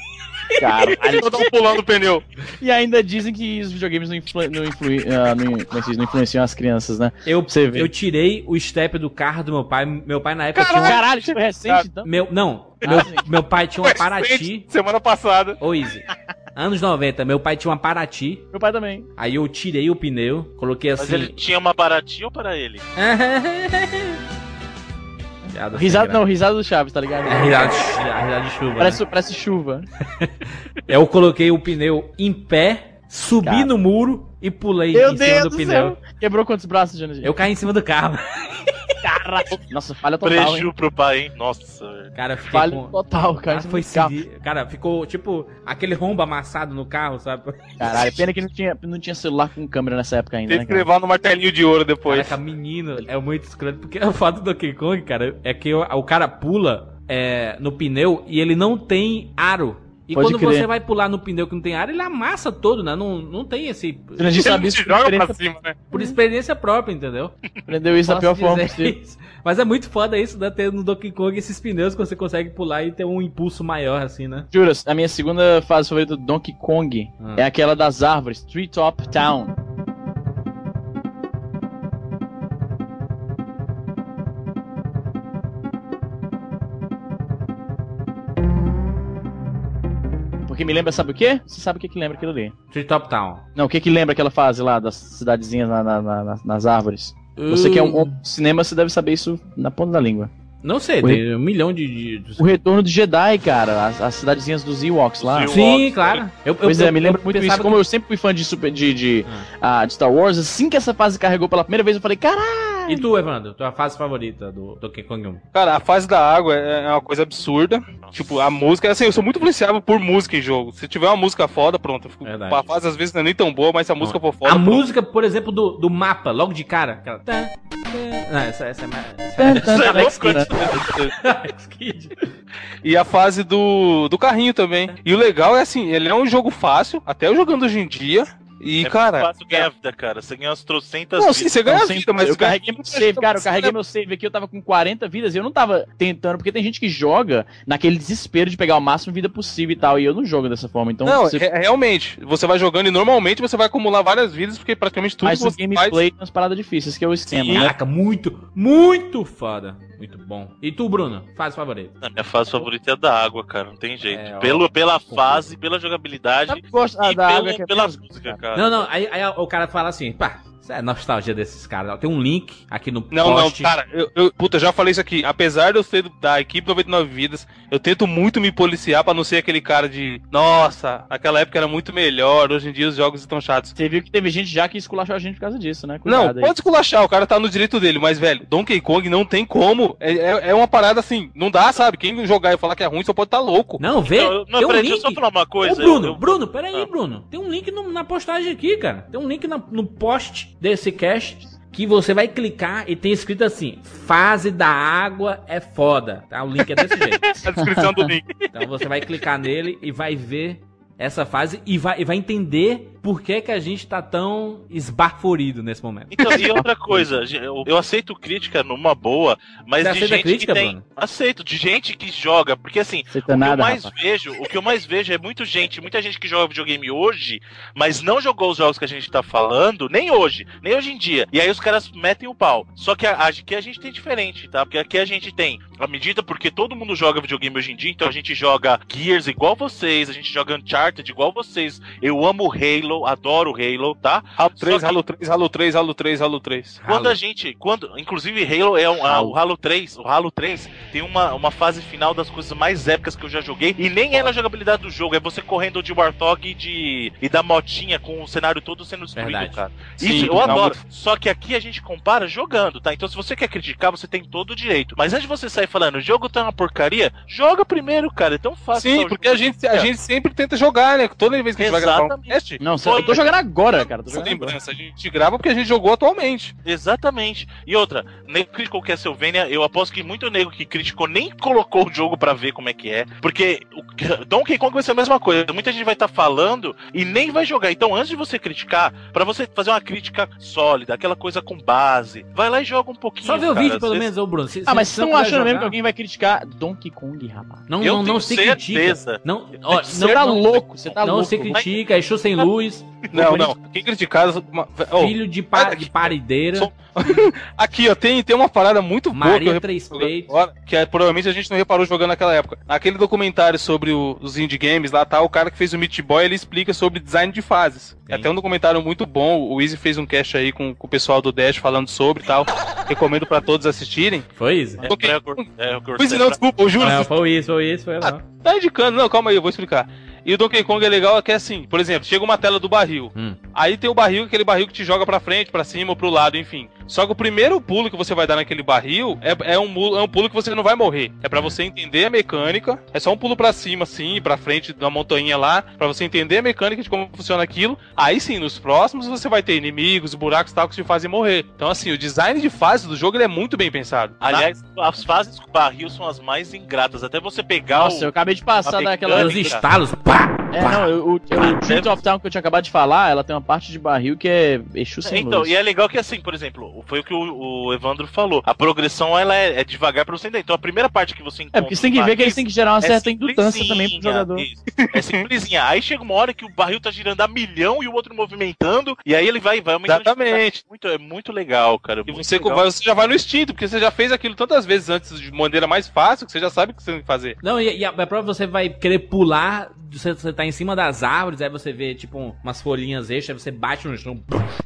[SPEAKER 2] Caralho.
[SPEAKER 4] um
[SPEAKER 2] Tipo
[SPEAKER 7] Todo mundo pulando o pneu.
[SPEAKER 2] E ainda dizem que os videogames não, influ- não, influi- ah, não in- como é que se diz? Não influenciam as crianças, né?
[SPEAKER 1] Eu,
[SPEAKER 2] Você vê.
[SPEAKER 1] eu tirei o step do carro do meu pai. Meu pai na época tinha
[SPEAKER 2] um Caralho, isso foi recente,
[SPEAKER 1] um.
[SPEAKER 2] então.
[SPEAKER 1] Meu, não,
[SPEAKER 2] Ah,
[SPEAKER 1] meu,
[SPEAKER 2] sim.
[SPEAKER 1] meu pai
[SPEAKER 2] [laughs]
[SPEAKER 1] tinha uma Paraty.
[SPEAKER 7] Recente, Semana passada.
[SPEAKER 1] Ô, Izzy, anos 90, meu pai tinha uma Paraty.
[SPEAKER 2] Meu pai também.
[SPEAKER 1] Aí eu tirei o pneu, coloquei assim.
[SPEAKER 4] Mas ele tinha uma baratinha ou para ele?
[SPEAKER 1] [laughs] Piada sem
[SPEAKER 2] Risada
[SPEAKER 1] graça.
[SPEAKER 2] não, risada do Chaves, tá ligado?
[SPEAKER 1] É risada de chu- é risada de chuva. né?
[SPEAKER 2] Parece, parece chuva.
[SPEAKER 1] Eu coloquei o pneu em pé, subi
[SPEAKER 2] Cara.
[SPEAKER 1] no muro e pulei em cima do, pneu.
[SPEAKER 2] céu. Quebrou quantos braços, Jana?
[SPEAKER 1] Eu caí em cima do carro. [laughs]
[SPEAKER 2] Nossa, falha total, hein?
[SPEAKER 4] Preju pro pai, hein? Nossa.
[SPEAKER 1] Cara, eu fiquei
[SPEAKER 2] Falha
[SPEAKER 1] com...
[SPEAKER 2] total, cara. é
[SPEAKER 1] Cara, foi sinistro. Cara, ficou tipo aquele rombo amassado no carro, sabe?
[SPEAKER 2] Caralho, pena que não tinha, não tinha celular com câmera nessa época ainda,
[SPEAKER 7] Teve
[SPEAKER 2] né,
[SPEAKER 7] que
[SPEAKER 2] cara?
[SPEAKER 7] levar no martelinho de ouro depois. [laughs]
[SPEAKER 1] Caraca, menino, é muito escroto. Porque o fato do Donkey Kong, cara, é que o, o cara pula é, no pneu e ele não tem aro. E
[SPEAKER 2] Pode
[SPEAKER 1] quando
[SPEAKER 2] crer.
[SPEAKER 1] você vai pular no pneu que não tem aro, ele amassa todo, né? Não, não tem esse.
[SPEAKER 2] Jurandir sabe isso, é um
[SPEAKER 7] Ele joga pra
[SPEAKER 2] aprendeu-
[SPEAKER 7] cima, né?
[SPEAKER 1] Por experiência própria, entendeu?
[SPEAKER 2] aprendeu isso da pior
[SPEAKER 1] Posso
[SPEAKER 2] forma
[SPEAKER 1] dizer
[SPEAKER 2] possível.
[SPEAKER 1] isso. Mas é muito foda isso, né? Ter no Donkey Kong esses pneus que você consegue pular e ter um impulso maior, assim, né?
[SPEAKER 2] Juras, a minha segunda fase favorita do Donkey Kong
[SPEAKER 1] Ah.
[SPEAKER 2] é aquela das árvores, Tree Top Town. Porque me lembra, sabe o quê? Você sabe o que que lembra aquilo ali?
[SPEAKER 1] Tree Top Town.
[SPEAKER 2] Não, o que que lembra aquela fase lá das cidadezinhas na- na- na- na- nas árvores? Você que é um, um cinema, você deve saber isso na ponta da língua.
[SPEAKER 1] Hum, Não sei,
[SPEAKER 2] O-
[SPEAKER 1] tem um milhão de. de-
[SPEAKER 2] O retorno do Jedi, cara, as, as cidadezinhas dos Ewoks lá.
[SPEAKER 4] Ewoks.
[SPEAKER 1] Sim, claro. Eu,
[SPEAKER 2] Pois
[SPEAKER 1] eu-
[SPEAKER 2] é, me
[SPEAKER 1] eu
[SPEAKER 2] lembra muito
[SPEAKER 1] pensava
[SPEAKER 2] isso.
[SPEAKER 4] Hum.
[SPEAKER 2] Como eu sempre fui fã de, super, de, de, ah, de Star Wars, assim que essa fase carregou pela primeira vez, eu falei, caralho!
[SPEAKER 1] E tu, Evandro, tua fase favorita do Donkey Kong 1?
[SPEAKER 7] Cara, a fase da água é é uma coisa absurda. Tipo, a música, assim, eu sou muito influenciável por música em jogo. Se tiver uma música foda, pronto. eu fico-
[SPEAKER 1] Verdade.
[SPEAKER 7] A fase às vezes não é nem tão boa, mas se a música for foda.
[SPEAKER 1] A
[SPEAKER 7] pronto.
[SPEAKER 1] música, por exemplo, do, do mapa, logo de cara. Aquela... Tan, tan. Tá, Não, essa, essa é mais.
[SPEAKER 2] [laughs]
[SPEAKER 1] Essa é
[SPEAKER 7] Tá
[SPEAKER 1] mais...
[SPEAKER 4] Você é louco,
[SPEAKER 2] né?"
[SPEAKER 7] né?
[SPEAKER 1] [laughs] Alex Kidd.
[SPEAKER 7] E a fase do, do carrinho também. E o legal é assim, ele é um jogo fácil, até eu jogando hoje em dia. E,
[SPEAKER 4] É
[SPEAKER 7] cara.
[SPEAKER 4] fácil ganhar vida, cara. Você ganha umas trocentas
[SPEAKER 7] Não, sim, você ganha
[SPEAKER 2] Não,
[SPEAKER 7] vida, mas
[SPEAKER 2] eu carreguei meu save, cara. Eu carreguei meu save aqui, eu tava com 40 vidas e eu não tava tentando, porque tem gente que joga naquele desespero de pegar o máximo de vida possível e tal. E eu não jogo dessa forma. Então,
[SPEAKER 7] Não, é,
[SPEAKER 2] você
[SPEAKER 7] re- realmente. Você vai jogando e normalmente você vai acumular várias vidas, porque praticamente tudo
[SPEAKER 2] faz
[SPEAKER 7] que
[SPEAKER 2] o
[SPEAKER 7] você
[SPEAKER 2] gameplay nas paradas difíceis, que é o esquema,
[SPEAKER 4] Ah,
[SPEAKER 2] né?
[SPEAKER 1] Caraca, muito, muito foda. Muito bom. E tu, Bruno? Fase favorita.
[SPEAKER 4] A minha fase favorita é a da água, cara. Não tem jeito.
[SPEAKER 1] É, ó.
[SPEAKER 4] Pelo, pela fase, pela jogabilidade
[SPEAKER 2] Eu gosto ah,
[SPEAKER 4] e
[SPEAKER 2] da
[SPEAKER 4] pela-
[SPEAKER 2] água que é
[SPEAKER 4] pela
[SPEAKER 2] bem-
[SPEAKER 4] música, cara. né?
[SPEAKER 1] Não, não, aí, aí o cara fala assim, pá, isso é nostalgia desses caras. ó. Tem um link aqui no
[SPEAKER 7] Não, não,
[SPEAKER 1] post.
[SPEAKER 4] tá
[SPEAKER 7] cara, eu, eu- puta, já falei isso aqui. Apesar de eu ser da equipe 99 Vidas, eu tento muito me policiar pra não ser aquele cara de, nossa, aquela época era muito melhor, hoje em dia os jogos estão chatos.
[SPEAKER 2] Você viu que teve gente já que esculachou a gente por causa disso, né?
[SPEAKER 7] Não,
[SPEAKER 2] Cuidado aí.
[SPEAKER 7] pode esculachar, o cara tá no direito dele, mas, velho, Donkey Kong não tem como. É, é, é uma parada assim, não dá, sabe? Quem jogar e falar que é ruim só pode tá
[SPEAKER 4] [laughs]
[SPEAKER 7] louco.
[SPEAKER 1] Não, vê.
[SPEAKER 4] Então, Não, eu- não,
[SPEAKER 1] tem um
[SPEAKER 4] peraí,
[SPEAKER 1] link.
[SPEAKER 4] deixa eu só falar uma coisa.
[SPEAKER 1] Ô, Bruno,
[SPEAKER 4] eu- eu-
[SPEAKER 1] Bruno, peraí,
[SPEAKER 4] Ah.
[SPEAKER 1] Bruno. Tem um link no- na postagem aqui, cara. Tem um link na- no post desse cast que você vai clicar e tem escrito assim: fase da água é foda. Tá? O link é desse
[SPEAKER 4] [laughs]
[SPEAKER 1] jeito.
[SPEAKER 7] A descrição do link.
[SPEAKER 1] Então você vai clicar nele e vai ver essa fase e vai, e vai entender por que, que a gente tá tão esbaforido nesse momento. [laughs]
[SPEAKER 4] Então, e outra coisa, ge- eu, eu aceito crítica numa boa,
[SPEAKER 1] Você
[SPEAKER 4] mas de
[SPEAKER 1] aceita
[SPEAKER 4] gente
[SPEAKER 1] crítica,
[SPEAKER 4] que tem...
[SPEAKER 1] Bruno?
[SPEAKER 4] Aceito, de gente que joga, porque assim,
[SPEAKER 2] Você tá
[SPEAKER 4] o que eu
[SPEAKER 2] nada,
[SPEAKER 4] mais
[SPEAKER 2] rapaz.
[SPEAKER 4] vejo, o que eu mais vejo é muita gente, muita gente que joga videogame hoje, mas não jogou os jogos que a gente tá falando, nem hoje, nem hoje em dia. E aí os caras metem o pau. Só que a- a- aqui a gente tem diferente, tá? Porque aqui a gente tem a medida, porque todo mundo joga videogame hoje em dia, então a gente joga Gears igual vocês, a gente joga Uncharted igual vocês. Eu amo Halo, adoro Halo, tá?
[SPEAKER 7] Halo
[SPEAKER 4] Só
[SPEAKER 7] 3,
[SPEAKER 4] que-
[SPEAKER 7] Halo 3, Halo 3, Halo 3, Halo 3.
[SPEAKER 4] Quando
[SPEAKER 1] Halo.
[SPEAKER 4] a gente. Quando, inclusive, Halo é um, a- o Halo 3. O Halo 3 tem uma, uma fase final das coisas mais épicas que eu já joguei. E nem é na jogabilidade do jogo, é você correndo de Warthog e, de, e da motinha com o cenário todo sendo destruído,
[SPEAKER 1] Verdade.
[SPEAKER 4] cara.
[SPEAKER 7] Sim,
[SPEAKER 4] Isso eu
[SPEAKER 7] não,
[SPEAKER 4] adoro.
[SPEAKER 7] muito-
[SPEAKER 4] Só que aqui a gente compara jogando, tá? Então se você quer criticar, você tem todo o direito. Mas antes de você sair falando, o jogo tá uma porcaria, joga primeiro, cara. É tão fácil.
[SPEAKER 7] Sim, porque a gente,
[SPEAKER 4] É.
[SPEAKER 7] a gente sempre tenta jogar, né? Toda vez que a gente vai gravar um
[SPEAKER 4] Exatamente.
[SPEAKER 7] teste,
[SPEAKER 2] Não, você- eu tô jogando agora, cara. eu Tô
[SPEAKER 7] essa
[SPEAKER 2] jogando agora.
[SPEAKER 7] é lembrança, a gente grava porque a gente jogou atualmente.
[SPEAKER 4] Exatamente. E outra, nego que criticou Castlevania, eu aposto que muito nego que criticou nem colocou o jogo pra ver como é que é. Porque o Donkey Kong vai ser a mesma coisa. Muita gente vai estar falando e nem vai jogar. Então, antes de você criticar, pra você fazer uma crítica sólida, aquela coisa com base, vai lá e joga um pouquinho.
[SPEAKER 1] Só ver o
[SPEAKER 4] cara.
[SPEAKER 1] vídeo,
[SPEAKER 4] Às
[SPEAKER 1] pelo
[SPEAKER 4] vezes-
[SPEAKER 1] menos, ô Bruno. Se-
[SPEAKER 2] Ah,
[SPEAKER 1] se
[SPEAKER 2] mas
[SPEAKER 1] você
[SPEAKER 2] vocês estão
[SPEAKER 1] puder
[SPEAKER 2] achando mesmo
[SPEAKER 1] jogar,
[SPEAKER 2] que alguém vai criticar Donkey Kong, rapaz.
[SPEAKER 1] Não,
[SPEAKER 4] Eu
[SPEAKER 1] não, não
[SPEAKER 4] tenho
[SPEAKER 1] se
[SPEAKER 4] certeza.
[SPEAKER 1] critica. Não, ó,
[SPEAKER 2] Você tá
[SPEAKER 1] não,
[SPEAKER 2] louco, você tá
[SPEAKER 1] não,
[SPEAKER 2] louco.
[SPEAKER 1] se critica, é show sem luz,
[SPEAKER 7] Não, não. Quem criticar. uma- ó,
[SPEAKER 1] filho de, pa-
[SPEAKER 7] sai daqui.
[SPEAKER 1] de parideira,
[SPEAKER 7] Sou- aqui, ó, tem, tem uma parada muito boa que eu
[SPEAKER 1] Maria
[SPEAKER 7] reparei
[SPEAKER 1] Três
[SPEAKER 7] agora,
[SPEAKER 1] Peitos.
[SPEAKER 7] agora, que é, provavelmente a gente não reparou jogando naquela época. Aquele documentário sobre o- os indie games lá, tá? O cara que fez o Meat Boy, ele explica sobre design de fases. É até um documentário muito bom. O Easy fez um cast aí com, com o pessoal do Dash falando sobre e tal. Recomendo pra todos assistirem.
[SPEAKER 1] Foi isso?
[SPEAKER 4] É,
[SPEAKER 7] Donkey
[SPEAKER 4] é, é, é,
[SPEAKER 7] Pois não, desculpa, o Júlio.
[SPEAKER 1] Não, foi isso, foi isso, foi não.
[SPEAKER 7] Tá indicando, não, calma aí, eu vou explicar. E o Donkey Kong é legal é que é assim, por exemplo, chega uma tela do barril.
[SPEAKER 1] Hum.
[SPEAKER 7] Aí tem o barril, aquele barril que te joga pra frente, pra cima ou pro lado, enfim. Só que o primeiro pulo que você vai dar naquele barril é, é um, mu- é um pulo que você não vai morrer. É pra você entender a mecânica. É só um pulo pra cima, assim, pra frente da montanha lá, pra você entender a mecânica de como funciona aquilo. Aí sim, nos próximos você vai ter inimigos, buracos e tal que te fazem morrer. Então, assim, o design de fase do jogo ele é muito bem pensado.
[SPEAKER 4] Aliás, as fases com barril são as mais ingratas. Até você pegar
[SPEAKER 2] Nossa, eu
[SPEAKER 4] o.
[SPEAKER 2] acabei de passar
[SPEAKER 4] Tá
[SPEAKER 2] daquela.
[SPEAKER 4] pegando,
[SPEAKER 1] Os estalos, pá,
[SPEAKER 2] É,
[SPEAKER 1] pá.
[SPEAKER 2] não, eu, o, o Truth of Town que eu tinha acabado de falar, ela tem uma parte de barril que é Exu sem
[SPEAKER 4] Então,
[SPEAKER 2] luz.
[SPEAKER 4] e é legal que assim, por exemplo, foi o que o, o Evandro falou. A progressão ela é, é devagar pra você entender. Então a primeira parte que você encontra.
[SPEAKER 2] É, porque você tem que ver que eles têm que
[SPEAKER 4] É
[SPEAKER 2] gerar uma certa indutância também pro jogador.
[SPEAKER 4] Isso. É simplesinha. Aí chega uma hora que o barril tá girando a milhão e o outro movimentando. E aí ele vai, vai aumentando. de
[SPEAKER 7] Exatamente.
[SPEAKER 4] velocidade. Muito, é muito legal, cara.
[SPEAKER 7] E
[SPEAKER 4] muito
[SPEAKER 7] você,
[SPEAKER 4] legal.
[SPEAKER 7] vai- você já vai no instinto, porque você já fez aquilo tantas
[SPEAKER 1] é
[SPEAKER 7] vezes antes de maneira mais fácil que você já sabe o que você tem que fazer.
[SPEAKER 1] Não, e, e a, a prova você vai querer pular você, você tá em cima das árvores, aí você vê, tipo, um- umas folhinhas extras, aí você bate no chão,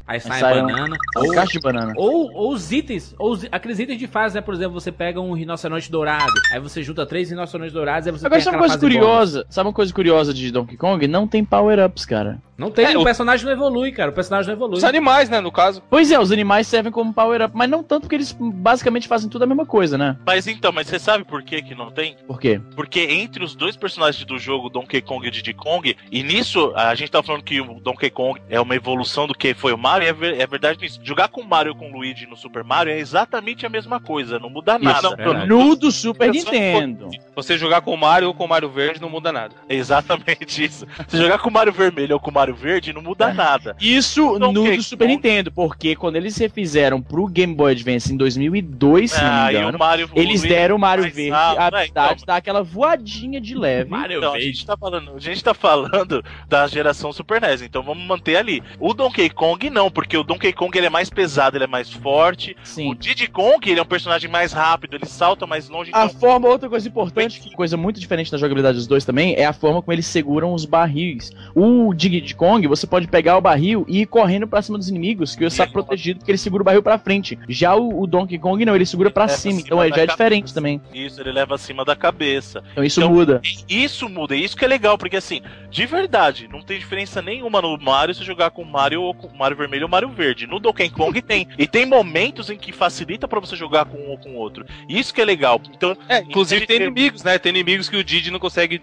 [SPEAKER 1] aí sai,
[SPEAKER 2] sai um-
[SPEAKER 1] banana.
[SPEAKER 2] Um
[SPEAKER 1] Ou-
[SPEAKER 2] caixa de banana.
[SPEAKER 1] Ou, ou os itens, ou os- aqueles itens de fase, né? Por exemplo, você pega um rinoceronte dourado, aí você junta três rinocerontes dourados, aí você
[SPEAKER 2] Agora,
[SPEAKER 1] tem
[SPEAKER 2] sabe uma
[SPEAKER 1] aquela
[SPEAKER 2] coisa
[SPEAKER 1] fase bônus.
[SPEAKER 2] curiosa? Sabe uma coisa curiosa de Donkey Kong? Não tem power-ups, cara.
[SPEAKER 1] Não tem,
[SPEAKER 7] É,
[SPEAKER 1] o
[SPEAKER 7] o-
[SPEAKER 1] personagem não evolui, cara. O personagem não evolui.
[SPEAKER 7] Os animais, né, no caso.
[SPEAKER 2] Pois é, os animais servem como power-up, mas não tanto porque eles basicamente fazem tudo a mesma coisa, né?
[SPEAKER 4] Mas então, mas você sabe por que que não tem?
[SPEAKER 2] Por quê?
[SPEAKER 4] Porque entre os dois personagens do jogo, Donkey Kong e Diddy Kong, e nisso a gente tá falando que o Donkey Kong é uma evolução do que foi o Mario, e é, ver- é verdade nisso. Jogar com o Mario e com o Luigi no Super Mario é exatamente a mesma coisa, não muda nada.
[SPEAKER 2] Isso, né?
[SPEAKER 1] verdade.
[SPEAKER 2] no do Super
[SPEAKER 7] Eu só-
[SPEAKER 2] Nintendo.
[SPEAKER 7] Você jogar com o Mario ou com o Mario Verde não muda nada.
[SPEAKER 4] É [laughs] Exatamente isso. Se jogar com o Mario vermelho ou com o Mario verde, não
[SPEAKER 2] É.
[SPEAKER 4] muda nada.
[SPEAKER 2] Isso
[SPEAKER 4] Donkey
[SPEAKER 2] no do Super
[SPEAKER 4] Kong.
[SPEAKER 2] Nintendo, porque quando eles refizeram pro Game Boy Advance em 2002, se não
[SPEAKER 4] Ah,
[SPEAKER 2] me
[SPEAKER 4] e o
[SPEAKER 2] engano,
[SPEAKER 4] Mario- o
[SPEAKER 2] eles
[SPEAKER 4] Luigi-
[SPEAKER 2] deram o Mario
[SPEAKER 4] mais
[SPEAKER 2] Verde
[SPEAKER 4] rápido,
[SPEAKER 2] a
[SPEAKER 4] né?
[SPEAKER 2] habilidade
[SPEAKER 4] Então,
[SPEAKER 2] de dar aquela voadinha de leve.
[SPEAKER 1] Mario
[SPEAKER 4] Então, a
[SPEAKER 1] Verde.
[SPEAKER 4] gente, tá falando, a gente tá falando da geração Super NES, então vamos manter ali. O Donkey Kong não, porque o Donkey Kong ele é mais pesado, ele é mais forte. O
[SPEAKER 2] Sim.
[SPEAKER 4] Diddy Kong ele é um personagem mais rápido, ele salta mais longe.
[SPEAKER 2] A
[SPEAKER 4] Então,
[SPEAKER 2] forma, outra coisa importante, que coisa muito diferente da jogabilidade dos dois também, é a forma como eles seguram os barris. O Diddy Kong, você pode pegar o barril e ir correndo pra cima dos inimigos, que
[SPEAKER 4] é
[SPEAKER 2] você tá protegido, porque ele segura o barril pra frente. Já o, o Donkey Kong não, ele segura pra
[SPEAKER 4] Ele leva
[SPEAKER 2] cima,
[SPEAKER 4] acima
[SPEAKER 2] então é,
[SPEAKER 4] da
[SPEAKER 2] já é
[SPEAKER 4] cabeça.
[SPEAKER 2] diferente também.
[SPEAKER 4] isso ele leva acima da cabeça.
[SPEAKER 2] Então isso
[SPEAKER 4] Então,
[SPEAKER 2] muda.
[SPEAKER 4] Isso muda, e isso que é legal, porque assim, de verdade, não tem diferença nenhuma no Mario se jogar com o Mario ou com o Mario vermelho ou Mario verde. No Donkey Kong [laughs] tem. E tem momentos em que facilita pra você jogar com um ou com o outro. Isso que é legal. Então,
[SPEAKER 7] É, inclusive tem
[SPEAKER 4] Entendi.
[SPEAKER 7] inimigos, né? Tem inimigos que o Didi não consegue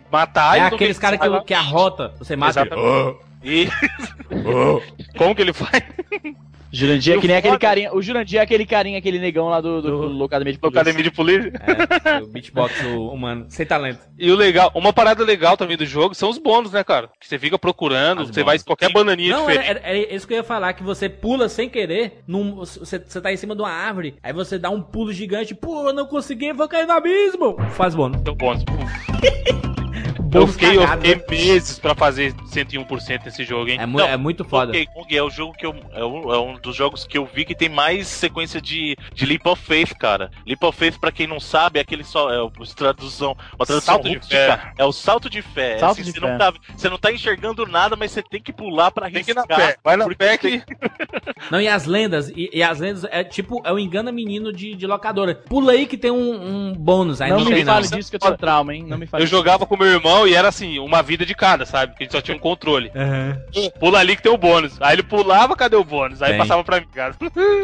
[SPEAKER 1] É
[SPEAKER 7] matar. e não tem
[SPEAKER 1] aqueles caras que,
[SPEAKER 7] vai lá.
[SPEAKER 1] que arrota, você mata. ele.
[SPEAKER 4] e [laughs]
[SPEAKER 7] Como que ele faz?
[SPEAKER 2] Jurandir é
[SPEAKER 4] eu
[SPEAKER 2] que nem aquele
[SPEAKER 4] foda-
[SPEAKER 2] carinha. O Jurandir é aquele carinha, aquele negão lá do, do, do Locademia de Polícia.
[SPEAKER 7] Academia de
[SPEAKER 4] tipo,
[SPEAKER 7] polícia.
[SPEAKER 1] É, o beatbox o humano, sem talento.
[SPEAKER 7] E o legal, uma parada legal também do jogo são os bônus, né, cara? Que você fica procurando,
[SPEAKER 1] As
[SPEAKER 7] você
[SPEAKER 1] bônus.
[SPEAKER 7] vai em qualquer bananinha
[SPEAKER 1] Não,
[SPEAKER 7] diferente.
[SPEAKER 1] era, era isso que eu ia falar, que você pula sem querer, num, você, você tá em cima de uma árvore, aí você dá um pulo gigante, pô, eu não consegui, vou cair no abismo. Faz é- bônus.
[SPEAKER 7] Então, bônus. Eu
[SPEAKER 1] Bônus
[SPEAKER 7] fiquei, eu
[SPEAKER 1] cagado, né?
[SPEAKER 7] fiquei meses pra fazer 101% nesse jogo, hein?
[SPEAKER 1] É, mu
[SPEAKER 4] Não,
[SPEAKER 1] é muito foda.
[SPEAKER 4] Donkey Kong é o jogo que eu. É um, é um dos jogos que eu vi que tem mais sequência de, de Leap of Faith, cara. Leap of Faith, pra quem não sabe, é aquele só. É o os tradução. Uma tradução
[SPEAKER 7] Salto de
[SPEAKER 4] rústica. É o salto de fé.
[SPEAKER 2] Salto de fé.
[SPEAKER 4] você, Não tá, você não tá enxergando nada, mas você tem que pular pra
[SPEAKER 7] Tem
[SPEAKER 4] arriscar.
[SPEAKER 7] que ir na pé. Vai na
[SPEAKER 4] porque
[SPEAKER 7] pé que.
[SPEAKER 1] Não, e as lendas, e, e as lendas é tipo, é o engana menino de, de locadora. Pula aí que tem um, um bônus, aí
[SPEAKER 2] Não,
[SPEAKER 1] não,
[SPEAKER 2] me
[SPEAKER 1] tem não.
[SPEAKER 2] fale disso que eu tenho trauma, hein? Não me fale
[SPEAKER 7] Eu jogava com meu irmão e era assim, uma vida de cada, sabe? Porque a gente só tinha um controle.
[SPEAKER 1] Aham.
[SPEAKER 7] Pula ali que tem o bônus. Aí ele pulava, cadê o bônus? Aí
[SPEAKER 1] Tem.
[SPEAKER 7] passava pra mim, cara.